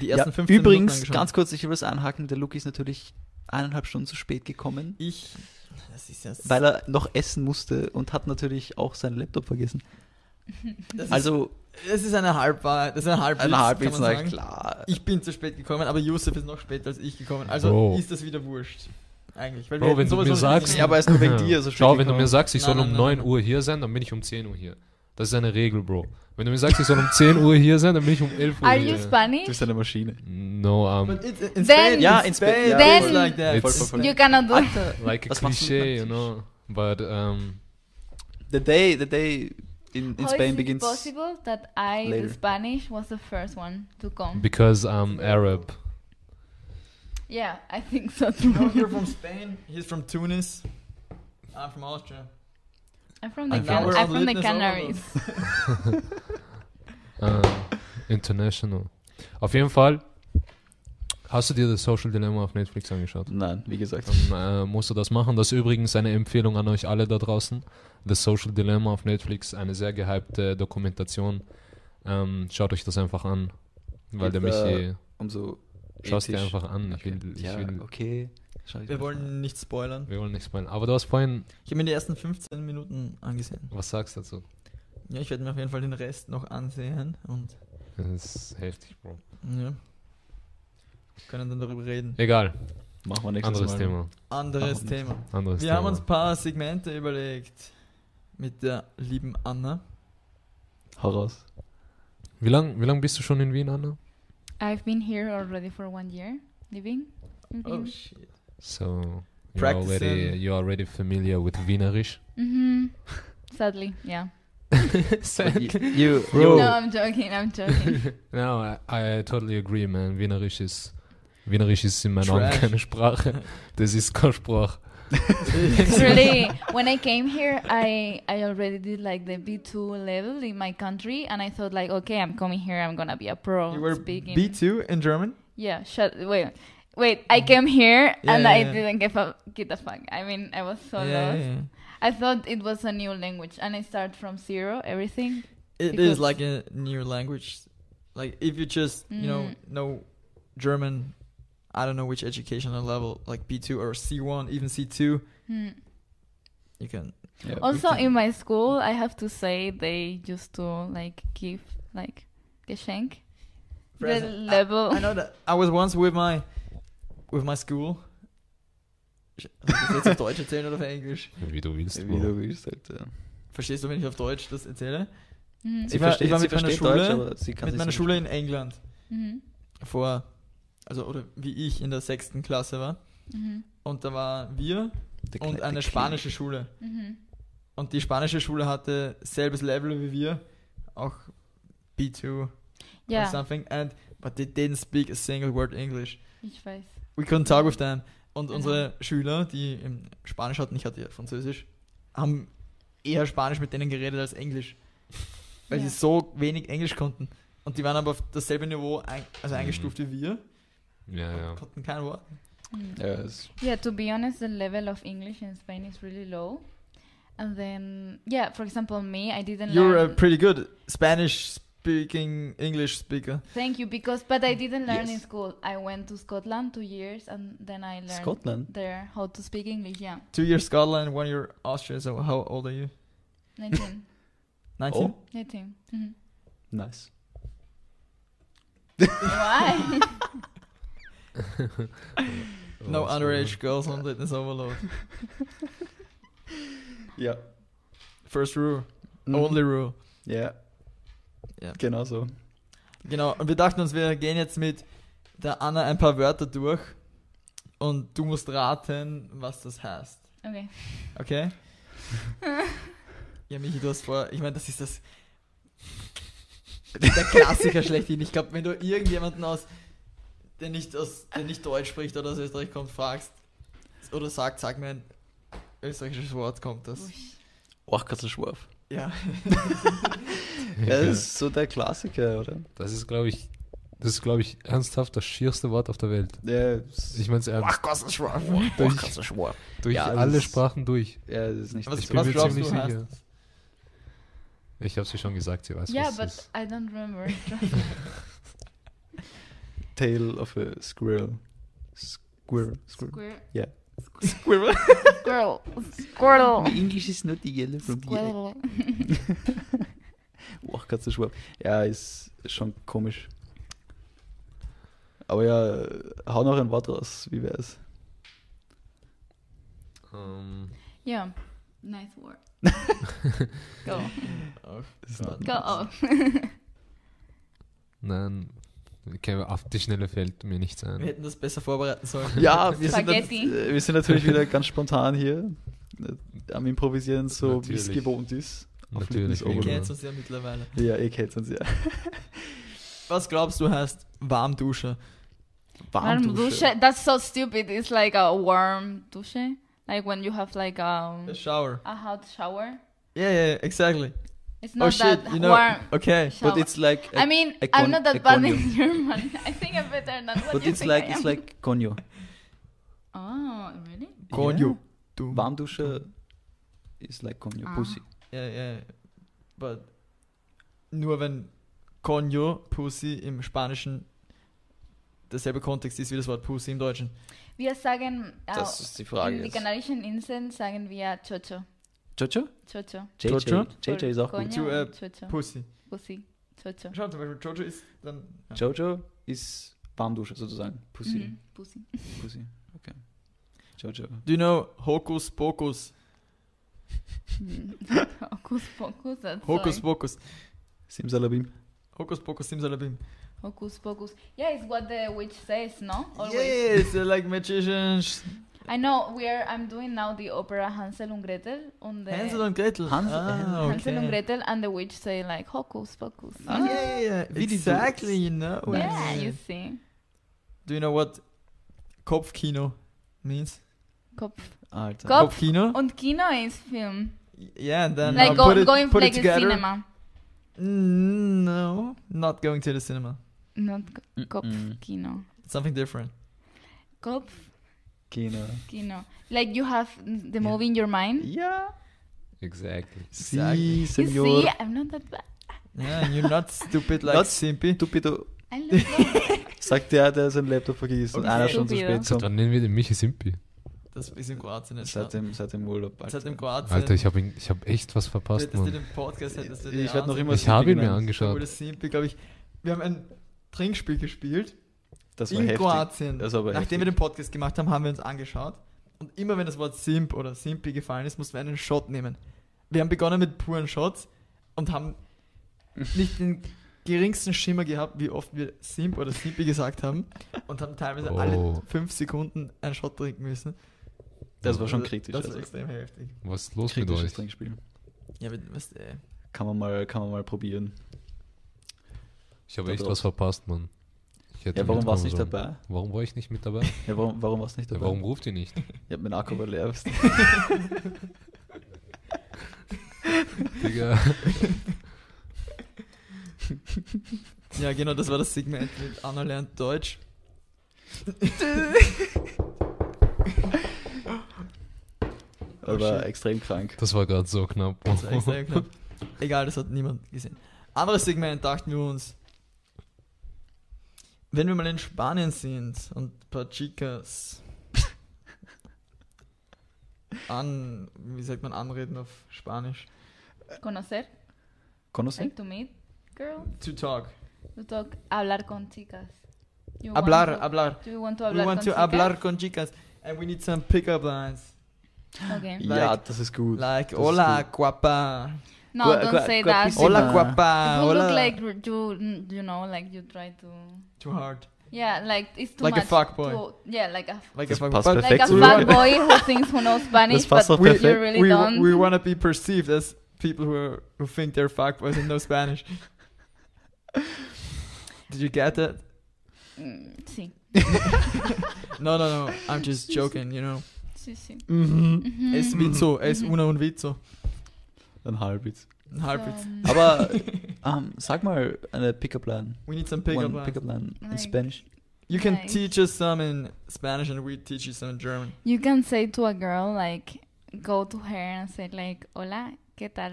A: die
B: Ja,
A: ersten 15
B: übrigens,
A: Minuten angeschaut.
B: ganz kurz, ich will was anhaken. Der Luki ist natürlich eineinhalb Stunden zu spät gekommen,
A: Ich, das ist ja,
B: weil er noch essen musste und hat natürlich auch seinen Laptop vergessen.
A: das ist,
B: Also
A: es ist eine Halbwahrheit, das ist eine Halbwitz,
B: eine halbwegs
A: kann man
B: na
A: sagen.
B: klar.
A: Ich bin zu spät gekommen, aber Josef ist noch später als ich gekommen. Also
C: Bro.
A: ist das wieder wurscht. Eigentlich. Weil
C: Bro,
A: hätten
C: wenn du
A: sowieso
C: mir
A: nicht
C: sagst-
B: ja, aber er ist nur wegen dir
C: <laughs>
B: so spät
C: Schau, wenn du
B: gekommen.
C: mir sagst, ich
A: Nein,
C: soll um
A: nein,
C: 9
A: nein.
C: Uhr hier sein, dann bin ich um 10 Uhr hier. Das ist eine Regel, Bro. Wenn du mir sagst, ich soll um 10 Uhr hier sein, dann bin ich um 11 Uhr
D: Are you
C: hier.
B: Du
D: Spanish?
B: bist eine Maschine.
C: No, um,
A: But it's, in
D: Then-
A: Spain,
B: Ja, in
A: in
B: Spa-
A: Spain,
B: ja,
A: it's
D: voll.
A: like that.
C: Voll, voll, voll.
D: You cannot do it.
C: like a
B: Was machst du
C: cliché, you
B: mit
C: know. But, um,
B: The day, the day in, in
D: How
B: Spain
D: is it
B: begins.
D: possible that I,
B: later.
D: the Spanish, was the first one to come?
C: because I'm Arab.
D: Yeah, I think
A: <laughs>
D: so
A: No,
D: too.
A: you're from Spain, he's from Tunis, I'm from Austria.
D: <laughs> I'm from the,
C: And
D: Can-
C: now we're
D: I'm
A: on
D: from the
A: litmus overload.
D: Canaries.
C: Uh, international. Auf jeden Fall, hast du dir das Social Dilemma auf Netflix angeschaut?
B: Nein, wie gesagt.
C: Ähm, äh, musst du das machen. Das ist übrigens eine Empfehlung an euch alle da draußen. The Social Dilemma auf Netflix, eine sehr gehypte Dokumentation. Ähm, schaut euch das einfach an, weil der
B: Geht,
C: Michi,
B: Umso.
C: schaut dir
B: ethisch.
C: einfach an. Ich
B: Okay.
C: will, ich
B: ja,
C: will,
B: okay. Schau ich mir
A: Wir
B: an.
A: wollen nicht spoilern.
C: wir wollen nicht spoilern. Aber du hast vorhin,
A: Ich habe mir die ersten 15 Minuten angesehen.
C: was sagst du dazu?
A: Ja, ich werde mir auf jeden Fall den Rest noch ansehen und
C: Das ist heftig, Bro.
A: ja, können dann darüber reden.
C: Egal,
B: Machen wir nächstes
C: anderes
B: Mal.
C: Thema.
A: Anderes
B: Warum nicht?
A: Thema.
C: Anderes
A: Wir
C: Thema.
A: haben uns ein paar Segmente überlegt mit der lieben Anna.
B: Hau <laughs> raus.
C: wie lange wie lang bist du schon in Wien, Anna?
D: <laughs> I've been here already for one year, living.
A: Oh,
D: in
A: <laughs>
D: Wien.
A: shit.
C: So, you're
A: Practicing.
C: already, you're already familiar with Wienerisch.
D: <laughs> Mhm. Sadly, yeah.
B: You,
C: Bro.
D: No, I'm joking.
C: <laughs>
D: I'm joking.
C: No, I, I totally agree, man. Wienerisch ist, Wienerisch ist in meinen Augen
A: Trash.
C: keine Sprache. Das ist keine Sprache.
D: It's really, when I came here, I I already did like the B2 level in my country, and I thought like, okay, I'm coming here, I'm gonna be a pro
A: You were
D: speaking.
A: B2 in German?
D: Yeah, shut. Wait, wait. I came here
A: Yeah,
D: and
A: yeah,
D: I
A: yeah.
D: didn't give a get the fuck. I mean, I was so lost.
A: yeah.
D: I thought it was a new language, and I start from zero. Everything.
A: It
D: Because-
A: is like a new language. Like if you just, you know,
D: Mm.
A: know German, I don't know which educational level, like B2 or C1, even C2,
D: Hmm.
A: you can.
B: Ja.
D: Also,
A: Okay.
D: in my school, I have to say they used to like give like geschenk. The
A: Present. Ah. I-
D: level.
A: <laughs> I know that. I was once with my with my school. Ich- soll ich das Jetzt auf Deutsch erzählen oder auf Englisch?
C: Wie du willst,
B: Wie
C: Bro.
B: du willst halt. Ja.
A: Verstehst du, wenn ich auf Deutsch das erzähle?
D: Mhm,
A: Sie- war- ich war
B: sie
A: mit meiner
B: versteht
A: Schule-
B: aber sie kann
A: Mit
B: sich
A: meiner
B: nicht-
A: Schule in England
D: mhm,
A: vor, also oder wie ich in der sechsten Klasse war.
D: mhm,
A: Und da waren wir
B: Der
A: und
B: Kle- der
A: eine
B: Kle-
A: spanische Schule.
D: mhm.
A: Und die spanische Schule hatte selbes Level wie wir, auch B2 or
D: Yeah,
A: something. And but they didn't speak a single word English.
D: ich weiß.
A: We couldn't talk with them. Und unsere Schüler, die im Spanisch hatten, ich hatte ja Französisch, haben eher Spanisch mit denen geredet als Englisch. Weil
D: Ja.
A: sie so wenig Englisch konnten. Und die waren aber auf dasselbe Niveau ein, also
C: Mhm.
A: eingestuft wie wir.
C: Ja, ja.
A: Konnten kein Wort.
D: Mm.
B: Ja, es,
D: Yeah, to be honest, the level of English in Spain is really low. And then, yeah, for example, me, I didn't
A: You're a
D: learn.
A: pretty good Spanish speaking English speaker.
D: Thank you, because but I didn't learn in
B: Yes.
D: school. I went to Scotland two years, and then I learned
B: Scotland?
D: there how to speak English. Yeah,
A: Two years Scotland, one year Austria. So how old are you?
D: 19,
A: 19?
B: Oh,
D: 19. Mhm.
B: nice.
D: Why? <laughs>
A: No
C: Was-
A: underage girls on Fitness Overload.
B: Ja.
A: First rule. Only rule.
B: Mm. Ja.
A: Ja.
B: Genau so.
A: Genau, und wir dachten uns, wir gehen jetzt mit der Anna ein paar Wörter durch und du musst raten, was das heißt.
D: okay.
A: Okay? ja, Michi, du hast vor, ich meine, das ist das. Der Klassiker schlechthin. Ich glaube, wenn du irgendjemanden aus, der nicht aus, der nicht Deutsch spricht oder aus Österreich kommt, fragst oder sagt, sag mir ein österreichisches Wort, kommt das.
D: Ush.
B: Orkatzelschwarf.
A: Ja.
B: Ja, das ist so der Klassiker, oder?
C: Das ist, glaube ich, das ist, glaube ich, ernsthaft das schierste Wort auf der Welt.
B: Ja,
C: Ich meine es ernst.
A: Orkatzelschwarf.
B: Orkatzelschwarf.
C: Durch
B: ja, das
C: alle
B: ist-
C: Sprachen durch.
B: Ja, das ist nicht
A: Was,
C: Ich bin
A: was
C: mir
A: glaubst du
C: ziemlich sicher.
A: heißt?
C: Ich habe sie schon gesagt, sie weiß
D: Yeah,
C: was
D: but
C: es ist.
D: I don't remember.
B: Tail of a Squirrel. Squirrel. Squirrel.
D: Squirrel.
B: Yeah.
A: Squirrel.
B: <laughs>
D: Squirrel. Squirrel.
B: English Oh, is not the yellow from
D: Squirrel. <laughs>
B: Orkatzelschwarf. Ja, ist schon komisch. Aber ja, hau noch ein Wort raus, wie wär's?
C: Ähm,
D: Yeah. Nice word. Go.
B: Das ist not
D: Go.
B: nice.
D: Oh. <laughs>
C: nein, okay, auf die Schnelle fällt mir nichts
A: Wir
C: ein.
A: hätten das besser vorbereiten sollen.
B: Ja, wir sind, nat-
D: Spaghetti.
B: äh, wir sind natürlich wieder ganz spontan hier äh, am Improvisieren, so wie es
C: Natürlich.
B: gewohnt ist. Auf Fitness
C: Natürlich, wie
A: Ihr
B: Overload.
A: kennt
C: gewohnt.
A: uns ja mittlerweile.
B: Ja, ihr kennt uns ja.
A: Was glaubst du heißt Warmdusche?
D: Mhm. Warm douche. That's so stupid. It's like a warm douche. Like when you have like um,
A: A shower.
D: a hot shower.
A: Yeah, yeah, exactly.
D: It's not
A: oh shit,
D: that
A: you know.
D: warm.
A: Okay.
B: But
D: shower.
B: it's like.
D: I mean,
B: a con-
D: I'm not
B: a
D: that bad in
B: conio.
D: German. <laughs> I think I'm better than what
B: uh, but
D: you
B: it's
D: think
B: like
D: I
B: it's
D: am.
B: like Konjo.
D: <laughs> Oh, really?
A: Konjo. Du.
B: Yeah. Warmdusche is like Konjo,
D: Mm. Ah.
B: Pussy.
A: Yeah, yeah. But nur wenn Conjo, Pussy im Spanischen derselbe Kontext ist wie das Wort Pussy im Deutschen.
D: Wir sagen, uh,
B: Das ist die
D: in
B: Frage.
D: die
B: jetzt.
D: Kanarischen Inseln sagen wir Chocho.
B: Jojo?
D: Chocho.
B: JJ.
A: Jojo?
B: JJ ist auch gut.
A: To, äh,
D: Coño, Chocho.
A: Pussy.
D: Pussy. Chocho.
A: Schau, zum Beispiel Jojo ist dann... Ja.
B: Jojo ist Warmdusche sozusagen. Pussy.
D: Mhm,
B: <laughs>
D: Pussy. <laughs>
B: Pussy. Okay. Jojo.
A: Do you know Hokus Pokus?
D: Hocus pocus. That's
A: Hokus
D: like-
A: Pokus.
B: Simsalabim.
A: Hokus Pokus Simsalabim.
D: Hocus pocus. Yeah, it's what the witch says, no? Always.
A: Yes, they're like
D: <laughs>
A: magicians.
D: I know we are. I'm doing now the opera Hansel und Gretel. Und the,
A: Hansel und Gretel.
B: Hansel-
A: ah, okay.
D: Hansel und Gretel and the witch say like Hocus pocus.
A: Ah, yeah, yeah,
B: Wie die
A: exactly, you know.
B: Nice.
D: Yeah,
A: it.
D: you see.
A: <laughs> Do you know what Kopfkino means?
D: Kopf.
B: Alter.
D: Kopf-
A: Kopfkino?
D: Und Kino is film.
A: Yeah, and then
B: Mm.
A: I'll put
D: Like go,
A: it,
D: going
A: put
D: like
A: it
D: a
A: together.
D: cinema.
A: Mm, No, not going to the cinema.
D: Not k-
B: Mm-mm.
D: Kopf Kino.
A: It's something different.
D: Kopf
B: Kino.
D: Kino. Like you have the movie in your mind.
B: Ja.
C: Exactly.
B: Sie,
D: You
B: Senor.
D: see, I'm not that bad.
A: Yeah, and you're not
D: <laughs>
A: stupid like
B: Not
A: Simpy.
B: Stupido.
D: I look good.
B: Sagt der, der sein Laptop vergisst und
A: Okay.
B: einer schon zu
D: Stupido.
B: spät kommt.
C: Dann nennen wir den Michi Simpi.
A: Das ist in Kroatien jetzt.
B: Seit dem, seit dem Urlaub.
A: ja.
B: Alter.
A: Seit dem Kroatien.
C: Alter, ich habe ich hab echt was verpasst,
A: hättest du
C: Mann.
A: den Podcast, hättest du
B: Ich werd noch immer
C: Ich habe ihn mir
B: Simpi
A: Wurde
C: angeschaut.
A: Simpy, glaube ich. Wir haben ein Trinkspiel gespielt
B: Das war
A: in
B: heftig.
A: Kroatien.
B: Das war aber
A: Nachdem
B: heftig.
A: wir den Podcast gemacht haben, haben wir uns angeschaut. Und immer wenn das Wort Simp oder Simpy gefallen ist, mussten wir einen Shot nehmen. Wir haben begonnen mit puren Shots und haben nicht den geringsten Schimmer gehabt, wie oft wir Simp oder Simpy gesagt haben. Und haben teilweise alle
C: Oh.
A: fünf Sekunden einen Shot trinken müssen.
B: Das war schon
A: Also,
B: kritisch.
A: Das war
B: also.
A: extrem heftig.
C: Was ist los mit
B: Kritisches
C: euch?
B: Trinkspiel.
A: Ja, mit, was, äh,
B: Kann man mal, kann man mal probieren.
C: Ich habe
B: Da
C: echt
B: drauf.
C: was verpasst, Mann. Ich hätte
B: Ja, warum
C: mitkommen
B: warst du nicht
C: sollen.
B: dabei?
C: Warum war ich nicht mit dabei?
B: Ja, warum, warum warst du nicht
C: Ja,
B: dabei?
C: warum Oh, ruft ihr nicht?
B: Ich hab meinen Akku war leer. wisst ihr.
C: Digga.
A: Ja, genau, das war das Segment mit Anna lernt Deutsch.
B: Er
A: Oh,
B: war
A: shit.
B: extrem krank.
C: Das war gerade so knapp.
A: Das
C: <laughs>
A: war extrem knapp. Egal, das hat niemand gesehen. Anderes Segment dachten wir uns. Wenn wir mal in Spanien sind und ein paar Chicas an, wie sagt man, anreden auf Spanisch? <laughs>
D: Conocer,
B: Konosi?
D: like to meet girls,
A: To talk.
D: to talk, hablar con chicas. You want
A: Hablar,
D: to-
A: hablar.
D: Do you want to
A: We
D: hablar
A: want
D: con
A: to
D: chicas?
A: hablar con chicas and we need some pickup lines.
D: Okay.
B: Ja, das ist gut.
A: Like,
B: Das ist
A: hola,
B: gut.
A: guapa.
D: No,
B: Gua-
D: don't
B: gua-
D: say that.
B: guapísima.
A: Hola,
B: Sima.
A: guapa.
D: It will
A: Hola.
D: look like you, you know, like you try to.
A: Too hard.
D: Yeah, like it's too
A: Like a
D: much.
A: fuckboy.
D: to- Yeah, like a
A: Like
B: Das
A: a fuck-
B: passt
A: but-
D: like
B: Perfekt
D: a
B: zu
D: fat
B: dir.
D: boy who thinks who knows Spanish,
B: Das passt
D: but
B: doch
D: you
B: perfekt.
D: really
A: we,
D: don't.
A: we want to be perceived as people who are, who think they're fuckboys and know
D: <laughs>
A: Spanish. Did you get that?
D: Mm, sí,
A: <laughs> No, no, no. I'm
D: <laughs>
A: just joking, you know.
D: sí, sí.
B: Mhm.
D: Mhm.
A: Es Vizzo, es una un Vizzo.
B: Ein Halbwitz.
A: Ein Halbwitz.
D: Um,
B: Aber ähm, sag mal eine Pickup-Line.
A: We need some pickup
B: One
A: lines.
B: Pickup line in
D: Like-
B: Spanish.
A: You can
D: Like-
A: teach us some in Spanish and we teach you some in German.
D: You can say to a girl like, go to her and say like, hola, qué tal?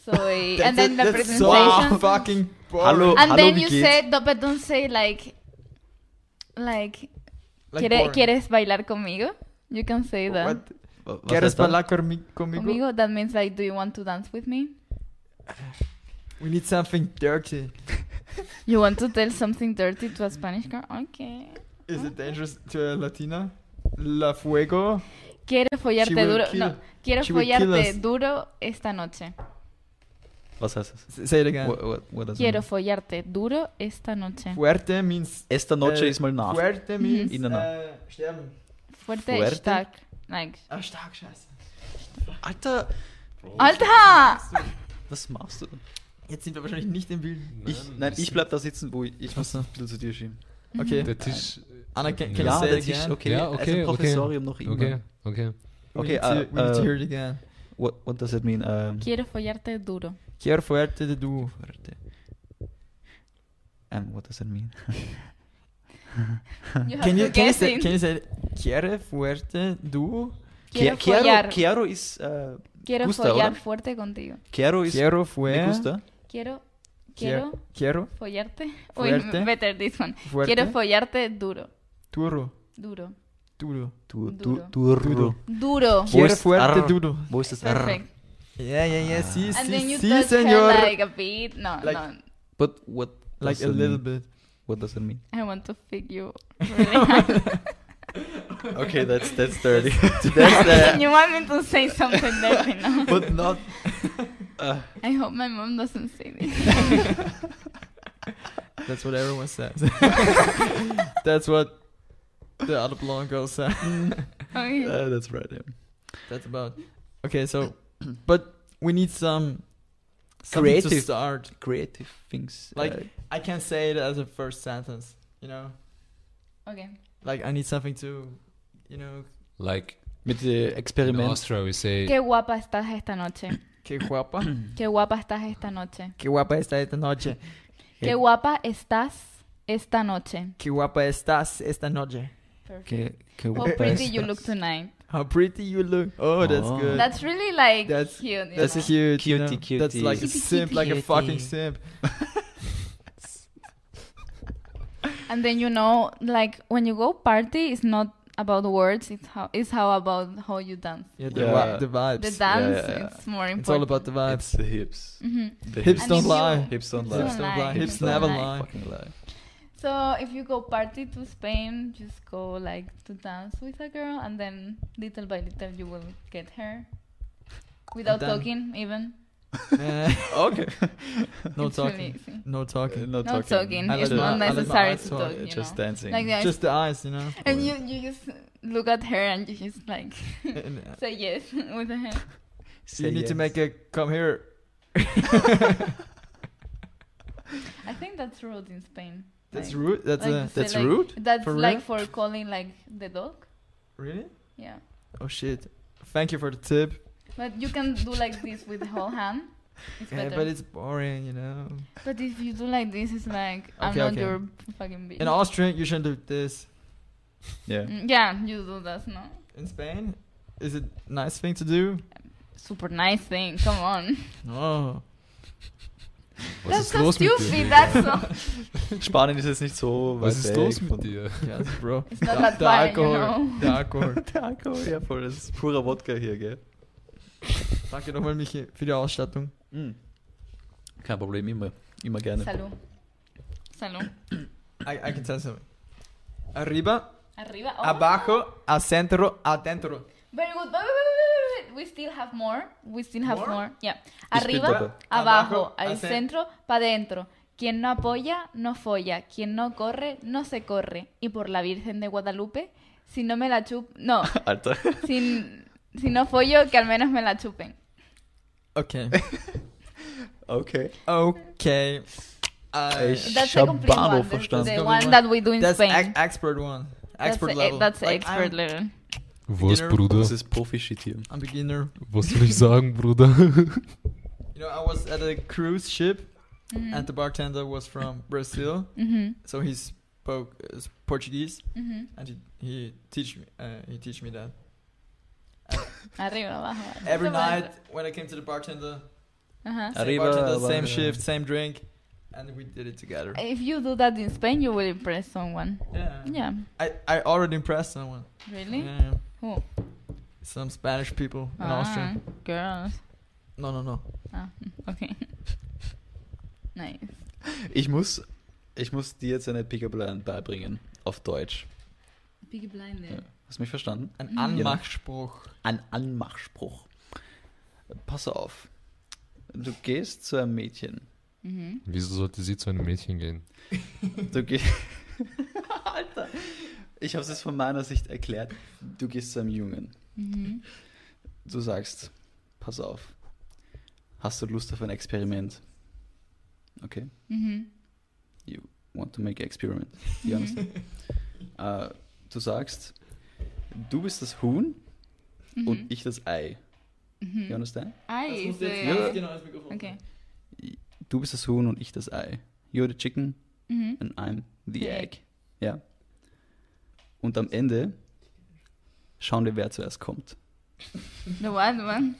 A: <laughs>
D: Soy, and then the
A: That's it, that's
D: presentation.
A: so fucking boring.
B: Hallo.
D: And then
B: wie
D: you
B: geht's?
D: say, no, but don't say like, like,
A: Like
D: "Quiere-
A: boring.
D: ¿quieres bailar conmigo? You can say that.
A: What?
B: Wa- was
A: ¿Quieres
B: heißt das?
A: bailar conmi- conmigo?
D: Conmigo, that means like, do you want to dance with me?
A: We need something dirty.
D: You want to tell something dirty to a Spanish girl? Okay.
A: Is it dangerous to a Latina? La fuego.
D: Quiero
A: She
D: follarte
A: will
D: duro.
A: kill-
D: No, quiero
A: she will kill
D: follarte
A: us.
D: duro esta noche.
B: Was heißt das?
A: S- Say it again.
B: What, what, what does it
D: Quiero
B: mean?
D: follarte duro esta noche.
A: Fuerte means
B: Esta noche
A: Äh,
B: ist mal nach.
A: Fuerte means
B: In der Nacht.
A: äh, sterben.
D: Fuerte,
B: Fuerte?
D: stark. Like.
A: Ah, stark, scheiße.
B: Alter,
D: Alter!
B: was machst du?
A: Jetzt sind wir wahrscheinlich nicht im Bild.
B: Ich, nein, ich bleib da sitzen, wo ich, ich muss ein bisschen zu dir schieben.
A: Okay.
C: Der Tisch.
A: Anna, can, can
C: Ja,
A: you say
B: der
A: it again?
B: okay.
C: Ja,
B: also
C: okay, okay.
B: Professorium noch immer.
C: Okay, okay.
A: We
B: Okay,
A: need to,
B: äh,
A: we need to
B: äh,
A: hear it again.
B: What, what does it mean? Ähm,
D: Quiero follarte duro.
A: Quiero fuerte de du.
B: Warte. And um, what does it mean?
D: have
A: <laughs> Can
D: to
A: you, can you
D: guess
A: say,
D: it.
A: can you say Quiere fuerte du?
D: Quiero
B: Ke- Chiaro-
D: follar.
B: Chiaro ist, äh,
D: Quiero
B: gusta,
D: follar
B: oder?
D: fuerte contigo.
B: Chiaro ist,
A: Quiero
B: Me
A: fuerte.
B: gusta.
D: Quiero,
A: Quiero. Quiero
D: quiero follarte.
A: Fuerte.
D: Uy, better this one. Quiero
A: fuerte.
D: follarte duro.
A: Duro.
D: Duro.
A: Duro.
B: Du, du,
D: Duro.
A: Duro. <laughs>
B: du.
D: Duro.
B: Wo
A: Quiero
B: ist
A: fuerte
B: Arr?
A: duro.
B: Wo ist das R?
D: Perfect.
A: Yeah, yeah, yeah. Si,
D: And then
A: si,
D: you
A: si,
D: touch her
A: senor.
D: like a bit. No,
A: Like-
D: no.
B: But what
A: Like
B: does
A: a
B: it
A: little
B: mean?
A: bit.
B: What does it
A: <laughs>
B: mean?
D: I want to fig <laughs> you. Really?
B: Okay, that's
A: <laughs>
B: that's
D: <laughs>
B: dirty. <laughs> that's
D: you want me to say something dirty now?
B: but not.
D: I hope my mom doesn't say this.
A: That's what everyone says. <laughs> That's what the other blonde girl said.
D: Okay.
B: Uh, that's right. Yeah.
A: That's about. Okay, <coughs> so, but we need some something to
B: Creative.
A: start.
B: Creative things.
A: Like-
B: uh,
A: I can say it as a first sentence. You know,
D: okay.
A: like I need something to, you know,
C: Like
B: mit
A: eh,
B: äh,
C: in
B: Experiment.
C: Austria, we say.
D: Qué guapa estás esta noche.
A: que guapa,
D: Qué guapa estás esta noche.
A: <coughs> que guapa está esta noche,
D: Qué guapa estás esta noche.
A: que guapa estás esta noche.
D: Perfect.
B: Ke- ke-
D: How
B: what
D: pretty
B: does-
D: you look tonight.
A: How pretty you look! Oh, that's
B: Oh.
A: good.
D: That's really like
A: That's-
D: cute. you
A: that's
D: know?
A: cute. you
B: Cutie,
A: know? That's
B: cutie.
A: like a
D: Cutie,
A: simp, like a
B: cutie.
A: fucking simp.
D: And then you know, like when you go party, it's not about words. It's how it's how about how you dance.
A: Yeah, the,
B: Yeah.
A: vi- the vibes.
D: The dance
B: yeah, yeah.
D: it's more important.
A: It's all about the vibes.
B: It's the hips.
D: Mhm.
B: The
A: Hips
D: And
A: don't
D: if you-
A: lie.
B: Hips don't
D: Hips
B: lie.
A: Hips don't lie.
B: Hips
A: Hips
B: don't
A: never
D: lie.
A: lie.
B: Fucking lie.
D: So if you go party to Spain, just go like to dance with a girl, and then little by little you will get her, without
A: Done.
D: talking
A: <laughs>
D: even.
A: Eh,
B: <laughs> Okay.
A: no
D: It's really
A: talking.
D: easy.
A: No talking.
B: not
D: No talking.
A: I
D: It's
A: like that.
D: not
A: I like
D: necessary
A: that.
D: to
A: So,
D: talk.
B: Uh,
D: You
B: just
D: know.
B: dancing.
D: Like the eyes.
A: Just the eyes,
D: <laughs>
A: you know.
D: And you you just look at her and you just
A: <laughs>
D: like
A: And, uh,
D: say yes <laughs> with her. hand.
A: you need to make a come here.
D: I think that's rude in Spain.
A: That's
D: Like-
A: rude. That's
D: like,
A: uh,
D: say,
B: that's
D: like-
B: rude?
D: That's
A: For
D: like
A: real?
D: for calling like the dog.
A: really.
D: Yeah,
A: Oh shit! Thank you for the tip.
D: but you can do like this with the whole hand. It's
A: Yeah,
D: better.
A: but it's boring, you know.
D: But if you do like this, it's like I'm
A: Okay,
D: not
A: okay.
D: your fucking bitch.
A: In Austria, you shouldn't do this.
D: <laughs>
B: Yeah.
D: Mm, yeah, you do that, no?
A: In Spain, is it nice thing to do?
D: Super nice thing. Come on.
A: Oh,
C: Was
D: that's
C: ist
D: so
C: los mit
D: stupid.
C: dir? <laughs>
D: That's so.
B: Spanien ist jetzt nicht so weit
C: Was ist
B: weg
C: los mit
B: von-
C: dir?
A: <laughs> yes, bro.
D: It's not
A: The-
D: that
A: the
D: bad,
A: alcohol,
D: you know.
A: the <laughs>
B: <laughs>
A: alcohol.
B: Der Alkohol, ja voll, das ist purer Wodka hier, gell?
A: Danke nochmal, Michi, für die Ausstattung.
B: Mhm. Kein Problem, immer, immer gerne.
D: Salud. Salud.
A: I, I can tell something. Arriba,
D: Arriba. Oh.
A: abajo, al centro, adentro.
D: Very good. Wait, wait, wait, wait, wait. We still have more. We still have
A: More?
D: more. Yeah.
B: Ich bin dabei.
D: Arriba,
A: Abajo,
D: abajo, al
A: al cen-
D: centro, pa dentro. Quien no apoya, no folla. Quien no corre, no se corre. Y por la Virgen de Guadalupe, si no me la chup... No,
B: <laughs> Alter.
D: si, si no follo, que al menos me la chupen.
A: Okay.
D: <laughs>
B: Okay.
A: Okay. I,
B: Ich
D: That's
B: hab
D: a complete
B: Barbo
D: one. That's
B: verstanden.
D: the one that we do in
A: Ah, that's
D: Spain.
A: ex- expert one. Expert
D: that's
A: level.
D: A, that's
A: Like,
D: expert
A: I'm,
D: level.
C: Was,
A: Beginner.
C: Bruder?
B: Das ist Profi-Shit hier.
A: I'm beginner.
C: Was soll ich sagen, <laughs> Bruder?
A: You know, I was at a cruise ship,
D: Mm. Mm-hmm.
A: and the bartender was from Brazil,
D: Mhm,
A: so he spoke uh, s- Portuguese,
D: mhm.
A: and he, he teach me uh, he teach me that.
D: Arriba, Uh-huh. abajo. abajo.
A: Every
D: Toma
A: night
D: eso.
A: when I came to the bartender,
D: Ajá.
A: same
B: Arriba,
A: bartender, same
B: abajo.
A: shift, same drink, and we did it together.
D: If you do that in Spain, you will impress someone.
A: Yeah.
D: Yeah.
A: I, I already impressed someone.
D: Really?
A: Yeah.
D: Who?
A: Some Spanish people in
D: Ah,
A: Austria.
D: Girls.
A: No, no, no.
D: Ah, <laughs> okay. nice.
B: Ich muss, ich muss dir jetzt eine Pickup-Line beibringen. Auf Deutsch.
D: Big blind
B: Ja. Hast du mich verstanden?
A: Ein
D: Mhm.
B: Genau.
A: Anmachspruch.
B: Ein Anmachspruch. Pass auf. Du gehst zu einem Mädchen.
D: Mhm.
C: Wieso sollte sie zu einem Mädchen gehen?
B: Du <laughs> gehst. Alter. Ich habe es jetzt von meiner Sicht erklärt. Du gehst zu einem Jungen.
D: Mhm.
B: Du sagst, pass auf. Hast du Lust auf ein Experiment? Okay.
D: Mhm.
B: Want to make an experiment. You understand?
D: <laughs>
B: Äh, du sagst, du bist das Huhn
D: Mhm.
B: und ich das Ei. You
D: Mhm.
B: understand?
D: Ay,
A: Das musst du jetzt
D: se-
A: ganz genau ins Mikrofon
D: Okay.
B: Du bist das Huhn und ich das Ei. You're the chicken
D: Mhm.
B: and I'm the
D: The
B: egg.
D: egg.
B: Ja. Und am Ende schauen wir, wer zuerst kommt.
D: The one, one.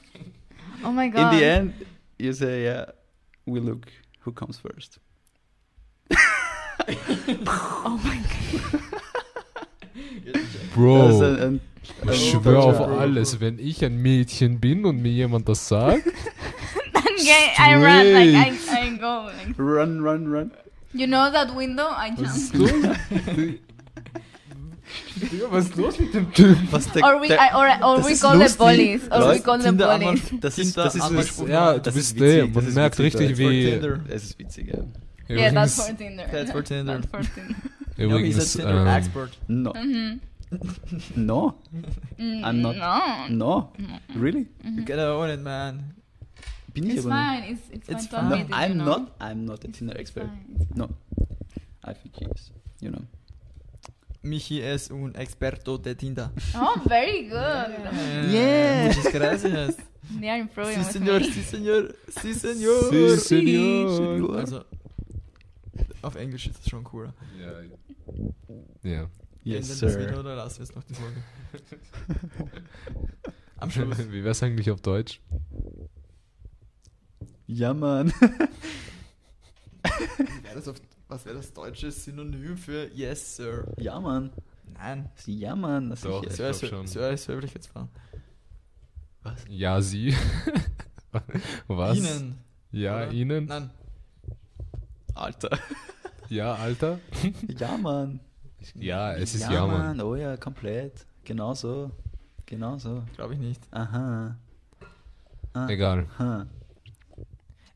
D: Oh my god.
B: In the
D: <laughs>
B: end, you say, yeah, we look who comes first.
D: Oh my god.
B: Das ist
C: Bro,
B: ein, ein, ein
C: ich schwöre auf
B: deutscher-
C: alles, wenn ich ein Mädchen bin und mir jemand das sagt,
D: Okay, I run like I, I go. Like.
B: Run, run, run.
D: You know that window? I
C: was
D: jump.
C: ist los? Digga, was ist los mit dem Typ?
B: Was der,
D: Or we,
B: der,
D: I, or, or
B: das
D: we
B: ist
D: call the
B: lustig.
D: police. Or we
B: Leute,
D: call the
A: Tinder am
D: police.
B: <laughs>
D: <laughs>
B: das
A: sind
B: ist,
A: da
B: das ist,
A: andere
B: das
A: Spuren.
B: ist,
C: Ja, du
B: Das ist
C: bist der.
B: witzig, das
C: Man
B: ist
C: merkt
B: witzig,
C: richtig,
A: That's for
C: wie.
A: Tinder.
B: es ist witzig, ja.
D: Yeah, that's
C: Übrigens-
D: for Tinder.
A: That's for Tinder.
D: That's for Tinder.
A: No, he's
C: Übrigens,
A: a Tinder
C: ähm,
A: expert.
B: <laughs> No,
D: Mhm.
B: um, <laughs>
A: <laughs>
B: no,
D: Mm,
B: I'm not-
D: No. Mm-hmm.
B: no, really?
A: You gotta own it, man.
B: Bin ich
D: It's
B: aber nicht.
D: fine. It's, it's,
A: It's
D: fine.
A: fine.
B: No,
D: to admit it, you
B: I'm
D: know.
B: not, I'm not a
D: It's
B: Tinder expert.
D: fine, it's fine.
B: No, I think he is, you know.
A: Michi es un experto de Tinder.
D: Oh, very good.
B: <laughs>
D: <laughs>
B: Yeah.
A: Muchas gracias.
D: They are improving
A: Sí,
D: with
A: señor,
D: me.
A: sí, señor, sí,
C: Sí,
A: señor.
C: Senor.
A: Also, auf Englisch ist das schon cooler.
C: Ja.
B: Yes,
A: Ändern wir Das Video
B: sir.
A: oder lassen wir es noch
B: <laughs>
A: die Folge?
C: <laughs>
A: Am Schluss.
C: Wie wär's eigentlich auf Deutsch?
B: Ja, <laughs> Mann.
A: Wär das auf, was wäre das deutsche Synonym für Yes, Sir?
B: Ja, Mann.
A: Nein.
B: Ja, Mann. Das
C: Doch.
B: ist
C: Ich
B: ja. <laughs>
C: glaub
A: Sir, Sir,
C: schon.
A: Sir ist Höflichkeitsfragen.
B: Was?
C: Ja, sie. <laughs> Was?
A: Ihnen.
C: Ja,
A: oder?
C: ihnen.
A: Nein.
B: Alter.
C: Ja, Alter.
B: Ja, Mann.
C: Ja, es ist ja, Mann.
B: Oh ja, komplett. Genau so. Genau so.
A: Glaube ich nicht.
B: Aha. Ah,
C: Egal.
B: Aha.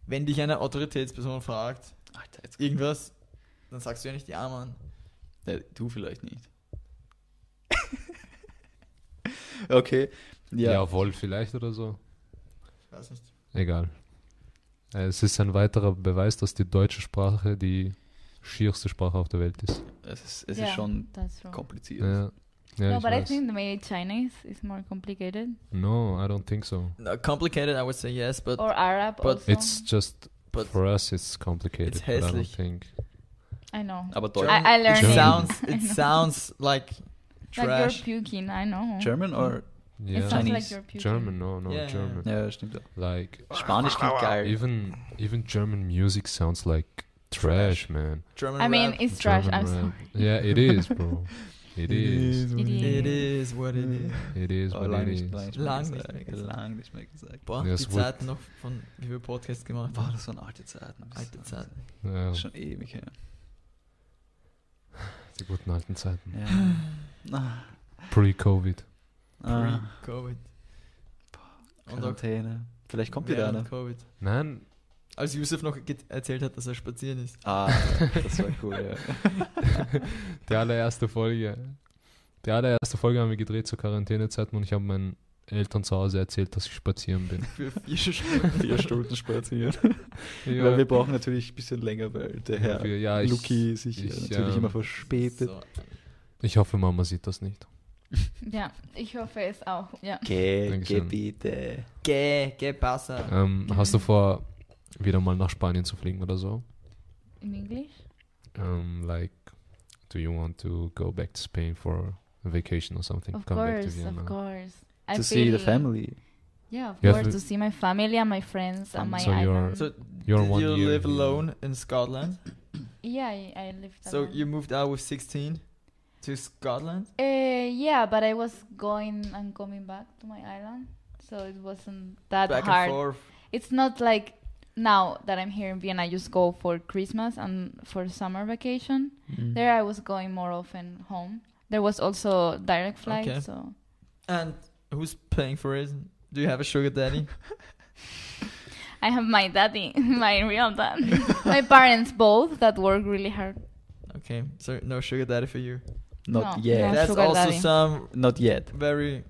A: Wenn dich eine Autoritätsperson fragt,
B: Alter, jetzt.
A: irgendwas, dann sagst du ja nicht Ja, Mann.
B: Ja, Äh, du vielleicht nicht. <laughs> okay.
C: Ja.
B: Ja.
C: Jawohl, vielleicht oder so.
A: Ich weiß nicht.
C: Egal. Es ist ein weiterer Beweis, dass die deutsche Sprache die schierste Sprache auf der Welt ist.
B: Es ist, es
D: Yeah,
B: ist schon
D: That's wrong.
B: kompliziert.
C: Ja, ja
D: no,
C: ich
D: but I
C: weiß.
D: think maybe Chinese is more complicated.
C: No, I don't think so.
A: No, complicated, I would say yes, but
D: or Arab
A: but
D: also.
C: It's just
A: but
C: for us it's complicated.
A: It's
C: but I don't
A: hässlich.
C: think.
D: I know.
B: Aber Deutsch.
A: German-
D: I learned
A: it
C: it.
A: sounds
D: <laughs> I
A: it
D: know.
A: sounds like
D: Like
A: trash.
D: you're puking, I know.
B: German or
D: It
C: Yeah.
D: sounds
B: Chinese.
D: like you're puking.
C: German, no, no,
A: Yeah,
C: German.
B: Ja, stimmt. Ja.
C: Like
B: Spanisch klingt geil.
C: even even German music sounds like trash, man.
A: German
D: I mean,
A: rap.
D: it's trash.
C: German
D: I'm
C: rap.
D: sorry.
C: Yeah, it
D: <laughs>
C: is, bro. It is.
D: It
A: it is what it is.
C: It is
B: Oh,
C: what
B: lang
C: it
B: nicht,
C: is.
B: lang nicht
A: Lang
B: mehr
A: nicht mehr
B: gesagt.
A: gesagt.
B: Lang nicht mehr gesagt.
A: Boah,
C: Ja,
A: die
C: es wurde-
A: Zeiten noch von wie wir Podcasts gemacht
B: Boah,
A: haben.
B: das waren alte Zeiten.
A: Alte Zeiten.
C: Ja,
B: Schon ewig her.
C: die guten alten Zeiten.
B: Ah,
C: Pre-Covid.
B: ah,
A: Pre-Covid. Und auch
B: Quarantäne. Vielleicht kommt wieder
A: während
B: eine.
A: Covid.
C: Nein,
A: Als Yusuf noch get- erzählt hat, dass er spazieren ist.
B: Ah, das war cool, ja.
C: <laughs> die allererste Folge. Die allererste Folge haben wir gedreht zur Quarantänezeiten und ich habe meinen Eltern zu Hause erzählt, dass ich spazieren bin.
B: <laughs>
A: Für vier Stunden.
B: Vier Stunden spazieren. Weil wir brauchen natürlich ein bisschen länger, weil der Herr
C: Wir- ja, ich,
B: Luki sich äh,
C: ich,
B: natürlich
C: ähm,
B: immer verspätet.
A: So.
C: ich hoffe, Mama sieht das nicht.
D: Ja, ich hoffe es auch. Ja.
B: Geh, geh
C: Dankeschön.
B: bitte.
A: Geh, geh, passa.
C: Ähm, hast du vor, wieder mal nach Spanien zu fliegen oder so?
D: In English?
C: Um, like, do you want to go back to Spain for a vacation or something?
D: Of
C: Come back to
D: course,
C: Vienna.
D: of course. I
B: To see the
D: feel-
B: family.
D: Yeah, of
C: You have
D: course,
C: to-
D: to see my family and my friends and my
C: So you're-
D: island.
A: So,
C: You're
A: did
C: one
A: you
C: year
A: live
C: here.
A: alone in Scotland?
D: yeah, I, I lived
A: So
D: alone.
A: you moved out with 16 to Scotland?
D: Uh, yeah, but I was going and coming back to my island, so it wasn't that
A: Back
D: hard.
A: and forth.
D: It's not like now that I'm here in Vienna, I just go for Christmas and for summer vacation.
B: Mm-hmm. Mm.
D: There, I was going more often home. There was also direct flight,
A: Okay.
D: so
A: And who's paying for it? Do you have a sugar daddy?
D: I have my daddy, <laughs> my real dad, my parents both that work really hard.
A: okay, so no sugar daddy for you.
B: Not
D: No.
B: yet.
D: No.
A: That's
D: sugar
A: also
D: daddy.
A: some
B: Not yet.
A: very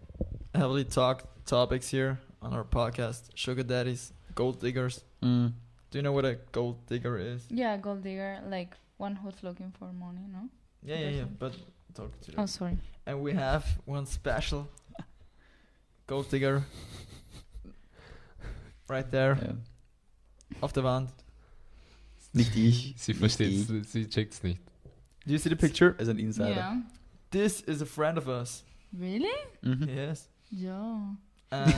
A: heavily talked topics here on our podcast. Sugar daddies, gold diggers.
B: Mm.
A: Do you know what a gold digger is?
D: Yeah, gold digger, like one who's looking for money, no?
A: Yeah, yeah, yeah. But talk to them.
D: Oh, sorry.
A: And we have one special gold digger right there
B: Ja.
A: off the wand.
B: Nicht ich.
C: <laughs> Sie
B: nicht
C: versteht
B: ich.
C: es, sie checkt es nicht.
A: Do you see the picture?
B: As an Insider.
D: Yeah.
A: This is a friend of us.
D: Really?
B: Mhm.
D: <laughs>
A: Yes.
D: Yeah.
A: Uh,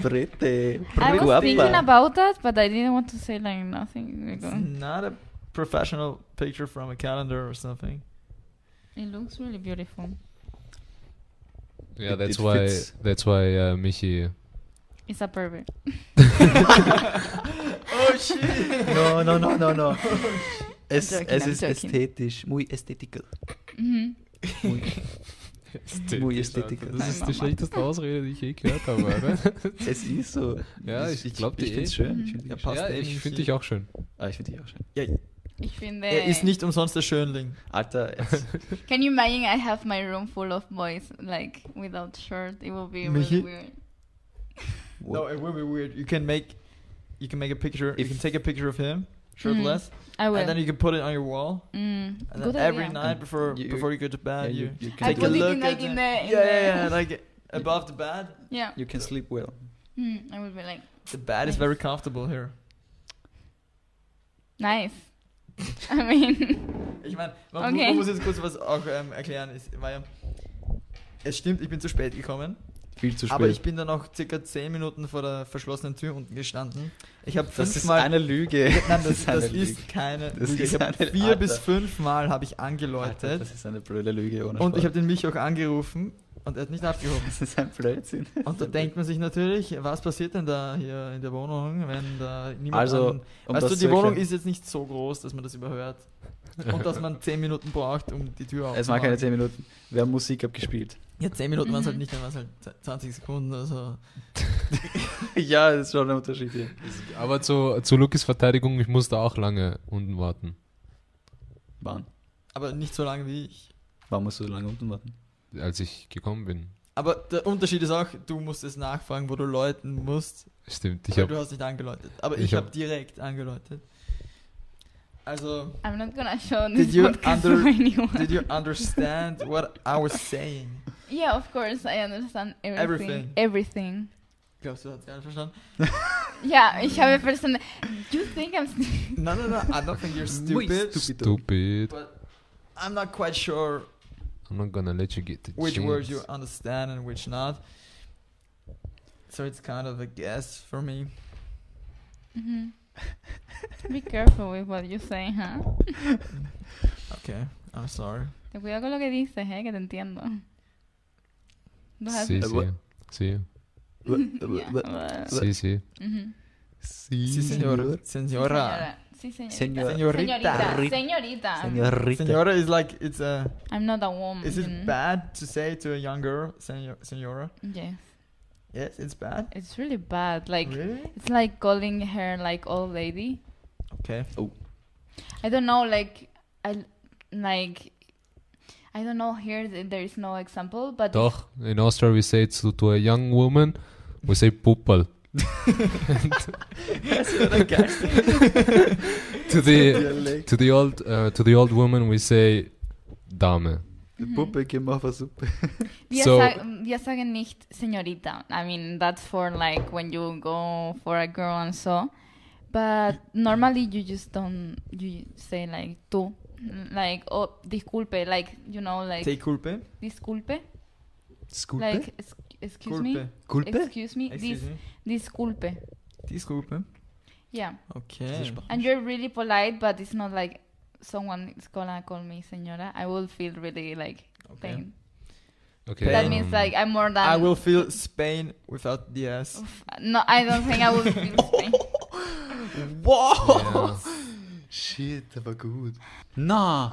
D: Pretty.
B: Pretty.
D: I was
B: Guapa.
D: thinking about that, but I didn't want to say like nothing.
A: it's
D: because
A: not a professional picture from a calendar or something.
D: It looks really beautiful.
C: Yeah,
B: It-
C: that's
B: it
C: why,
B: fits.
C: that's why äh, Michi.
D: It's a pervert.
A: <laughs> Oh shit! Oh,
B: No, no, no, no,
A: <laughs>
B: no. Es,
D: joking,
B: es
D: I'm
B: ist
D: joking.
B: ästhetisch. Muy estetical.
D: Mhm.
B: Muy, muy
C: Das
B: estetical.
C: ist
D: Nein,
C: die
D: Mama.
C: schlechteste Ausrede, die ich je gehört habe. <laughs> Oder?
B: Es ist so.
C: Ja, ich glaub, die
B: Ich finde es
C: eh.
D: Mhm.
B: schön. Ich finde
A: Ja,
B: die
A: passt
C: ja,
A: eh
C: ich
A: nicht
C: finde
A: viel.
C: dich auch schön.
B: Ah, ich finde die auch schön.
A: Ja,
D: Ich finde.
A: er
B: Eh,
A: ist nicht umsonst der Schönling.
C: <laughs>
B: Alter, jetzt,
D: Can you imagine I have my room full of boys like without shirt? It would be really
A: Michi?
D: weird.
A: No, it will be weird. You can make, you can make a picture. you
B: If-
A: can take a picture of him
D: Mm.
A: shirtless,
D: I will.
A: and then you can put it on your wall.
D: mm.
A: And
D: Oh, Good
A: then every
D: idea.
A: night before
B: You-
A: before you go to bed,
B: you, you
A: you,
D: I
B: can
A: take
B: do
A: a
D: put it
B: it.
A: look
D: in,
A: at
D: like, in
A: it.
D: the-
A: yeah,
D: in
A: yeah, yeah, <laughs>
D: the-
A: like above the bed.
D: Yeah.
B: You can sleep well.
D: Mm. I would be like
A: The bed is <laughs> very comfortable here.
D: nice. <laughs> I mean, <laughs>
A: Ich meine, man,
D: Okay.
A: man muss jetzt kurz was auch ähm, erklären. Es war ja, es stimmt, ich bin zu spät gekommen,
B: Viel zu spät.
A: aber ich bin dann auch circa 10 Minuten vor der verschlossenen Tür unten gestanden. Ich habe
B: das ist
A: fünfmal.
B: eine Lüge.
A: <laughs> Nein, das, das
B: eine Lüge.
A: ist keine.
B: Das
A: Lüge.
B: ist
A: ich habe
B: eine-
A: vier
B: Alter.
A: bis fünfmal habe ich angeläutet.
B: Alter, das ist eine blöde Lüge. Ohne
A: Und ich habe
B: Spaß.
A: den Mich auch angerufen und er hat nicht abgehoben.
B: <laughs> Das ist ein Blödsinn.
A: Und da denkt man sich natürlich, was passiert denn da hier in der Wohnung, wenn da niemand
B: Also,
A: an-
B: Um
A: weißt
B: das
A: du,
B: zu
A: die Wohnung
B: erklären,
A: ist jetzt nicht so groß, dass man das überhört. Und dass man 10 Minuten braucht, um die Tür aufzumachen.
B: Es waren keine 10 Minuten. Wir haben Musik abgespielt.
A: Ja, 10 Minuten waren es
D: Mhm.
A: halt nicht, dann waren es halt 20 Sekunden. Also.
B: <laughs> ja, das ist schon ein Unterschied hier.
C: Aber zu, zu Lukis Verteidigung, ich musste auch lange unten warten.
B: Wann?
A: Aber nicht so lange wie ich.
B: Wann musst du so lange unten warten?
C: Als ich gekommen bin.
A: Aber der Unterschied ist auch, du musst es nachfragen, wo du läuten musst.
C: Stimmt, ich
A: weil du
C: habe
A: hast nicht angeläutet. Aber ich,
C: ich
A: habe
C: hab-
A: direkt angeläutet. Also,
D: I'm not gonna show
A: Did
D: this
A: you
D: podcast <laughs>
A: under-
D: to anyone.
A: did you understand what I was saying?
D: Yeah, of course, I understand everything.
A: Everything.
D: Everything.
A: Glaubst du, du hast gar nicht verstanden?
D: Ja, ich habe verstanden. You think I'm st-
A: No, no, no, I don't <laughs> think you're
B: Muy
A: stupid.
C: Stupid.
A: But I'm not quite sure
C: I'm not gonna let you get the
A: which words you
C: chance.
A: understand and which not. So it's kind of a guess for me.
D: Mhm. Mm-hmm. <laughs> Be careful with what you say, huh?
A: Okay, I'm sorry.
D: Te cuidado con lo que dices, eh, que te entiendo. Du has-
C: Sí,
B: Uh,
C: sí.
A: Äh,
B: what?
C: Sí,
D: Yeah, well,
C: sí, sí.
D: mhm.
A: Sí, señor. Señora.
D: Señora. Sí, señora.
B: Señor-
A: Señorita.
D: Señorita. Señorita.
B: Señorita.
A: Señora is like it's a.
D: I'm not a woman.
A: Is it bad to say to a young girl, senor, senora?
D: Yes.
A: Yes, it's bad.
D: It's really bad. Like
A: really?
D: it's like calling her like old lady. <laughs>
A: Okay.
D: I don't know. Like I like I don't know. Here th- there is no example, but
C: Doch, in Austria we say to, to a young woman, we say pupal.
B: <laughs>
C: to the to the old uh, to the old woman we say Dame.
D: Mhm.
B: Puppe, geh mal auf eine Suppe.
D: wir,
C: So-
D: sag, wir sagen nicht señorita. I mean that's for like when you go for a girl and so. But normally you just don't you say like tú, like oh disculpe, like you know like
A: Te culpe.
D: disculpe,
B: Sculpe?
D: like es- excuse me,
A: Culpe.
B: Culpe?
D: excuse me,
A: Excuse
D: dis,
A: me. Uh-huh.
D: disculpe.
A: Disculpe.
D: Yeah.
A: Okay.
D: And you're really polite, but it's not like someone is gonna call me señora. I will feel really like
A: Okay.
D: pain.
C: Okay. um,
D: That
A: Pain.
D: means like I'm more than.
A: I will feel Spain without the S.
D: Oof, No, I don't think I will Oh,
A: <laughs>
D: feel pain.
A: Whoa!
C: yeah.
B: Shit, der war gut. Na,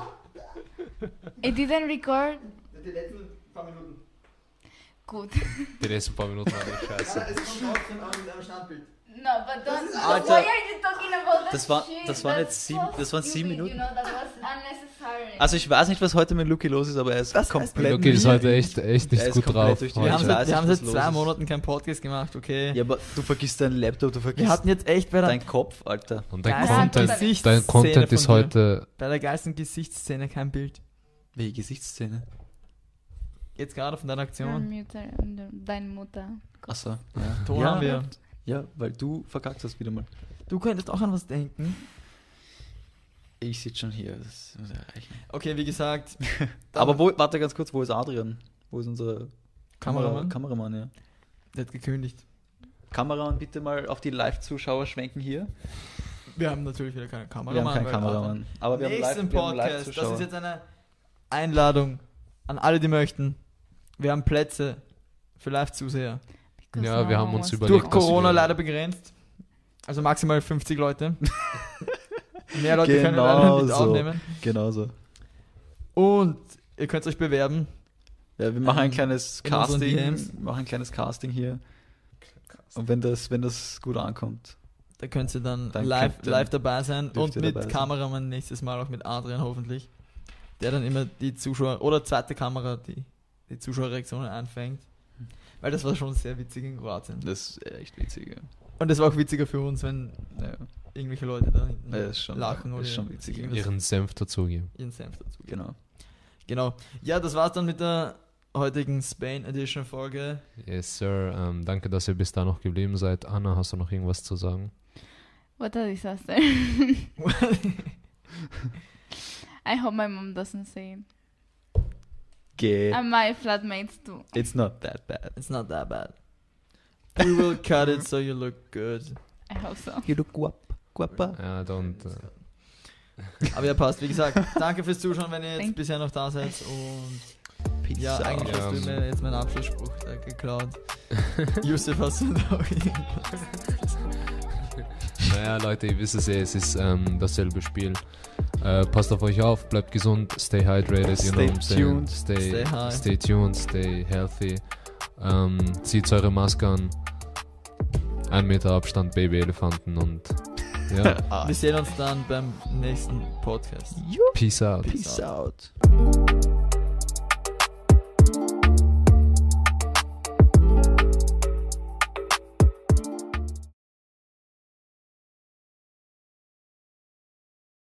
D: It didn't record. Good.
C: Die letzten paar Minuten waren echt scheiße.
D: No, but don't.
B: Alter.
D: Why are you talking about that
B: Das war-
D: shit?
B: das waren
D: That's
B: jetzt sieben-
D: so
B: das waren sieben
D: stupid,
B: Minuten.
D: You know, that was unnecessary.
B: also ich weiß nicht, was heute mit Luki los ist, aber er ist
A: Was
B: komplett.
A: heißt
C: Luki ist
A: mir-
C: heute echt, echt
B: Er
C: nicht
B: ist
C: gut
B: komplett
C: drauf.
B: durch die-
A: Wir
B: Heute.
A: haben,
B: weiß
A: seit,
B: ich,
A: wir haben
B: was
A: seit
B: los
A: zwei
B: ist.
A: Monaten keinen Podcast gemacht, okay.
B: Ja, aber du vergisst deinen Laptop, du
A: Wir
B: vergisst
A: hatten jetzt echt bei der,
B: deinen Kopf, Alter.
C: Und dein
D: Ja,
C: Content,
D: total.
A: Gesichtsszene
C: dein Content ist
A: von dir.
C: heute.
A: bei der geilsten Gesichtsszene kein Bild.
B: Welche Gesichtsszene?
A: Jetzt gerade von deiner
D: Your
A: Aktion.
D: mutter, dein Mutter.
B: Achso. Ja.
A: Ton
B: ja,
A: haben wir.
B: ja, weil du verkackt hast wieder mal.
A: Du könntest auch an was denken.
B: Ich sitze schon hier, das muss erreichen.
A: Okay, wie gesagt. dann-
B: Aber wo, warte ganz kurz, wo ist Adrian? Wo ist unser
A: Kameramann?
B: Kameramann, ja.
A: Der hat gekündigt.
B: Kameramann, bitte mal auf die Live-Zuschauer schwenken hier.
A: Wir haben natürlich wieder keinen
B: wir
A: Kameramann.
B: haben keinen
A: weil-
B: Kameramann. Aber wir haben
A: Nächsten
B: live, wir haben live
A: Podcast. Das
B: Zuschauer.
A: ist jetzt eine Einladung an alle, die möchten. Wir haben Plätze für Live-Zuseher.
D: Because
C: Ja,
D: no
C: wir haben
D: one
C: uns
D: was
C: überlegt,
A: Durch
D: talking.
C: dass wir-
A: Corona leider begrenzt. Also maximal
B: <laughs>
A: 50 Leute. Mehr Leute können leider
B: Genau so.
A: nicht aufnehmen.
B: Genauso.
A: Und ihr könnt euch bewerben.
B: Ja, wir machen ein
A: Ähm,
B: kleines
A: in unseren
B: Casting,
A: DMs.
B: wir machen ein kleines Casting hier. Und wenn das, wenn das gut ankommt.
A: Da könnt ihr dann,
B: Dann
A: live,
B: könnt ihr-
A: live dabei sein.
B: dürft
A: Und
B: ihr dabei sein.
A: mit Kameramann nächstes Mal auch mit Adrian hoffentlich. Der dann immer die Zuschauer oder zweite Kamera, die die Zuschauerreaktionen einfängt. Weil das war schon sehr witzig in Kroatien.
B: Das ist echt witzig.
A: Und es war auch witziger für uns, wenn
B: Ja. Ja,
A: irgendwelche Leute da hinten
B: Ja, ist schon-
A: lachen
B: ist
A: oder
B: schon witzig.
A: irgendwas-
C: Ihren Senf dazugeben.
A: ihren Senf dazu. geben.
B: genau.
A: Genau. Ja, das war's dann mit der heutigen Spain Edition Folge. <laughs>
C: Yes, Sir. Ähm, danke, dass ihr bis da noch geblieben seid. Anna, hast du noch irgendwas zu sagen?
D: What a disaster. <laughs> I hope my mom doesn't say it.
B: Geh.
D: And my flatmates too.
B: It's not that bad.
A: It's not that bad. We will cut it so you look good.
D: I hope so.
B: You look guap, guapa.
C: Ja, don't. Äh,
A: Aber ja, passt. Wie gesagt, danke fürs Zuschauen, wenn ihr jetzt
D: Thank-
A: bisher noch da seid. Und
B: Peace
A: ja,
B: out.
A: eigentlich hast du
C: Ja.
A: mir jetzt meinen Abschlussspruch da
C: <laughs>
A: geklaut. Yusuf hast du da auch irgendwas?
C: Naja, Leute, ihr wisst es ja, es ist ähm, dasselbe Spiel. Äh, passt auf euch auf, bleibt gesund, stay hydrated, you know
B: Stay
C: what I'm saying?
B: tuned.
C: Stay,
A: Stay high.
C: stay tuned, stay healthy. Ähm, zieht eure Maske an. Ein Meter Abstand, Babyelefanten und ja,
A: <laughs>
B: Ah.
A: Wir sehen uns dann beim nächsten Podcast.
C: peace out.
A: Peace
B: Peace out.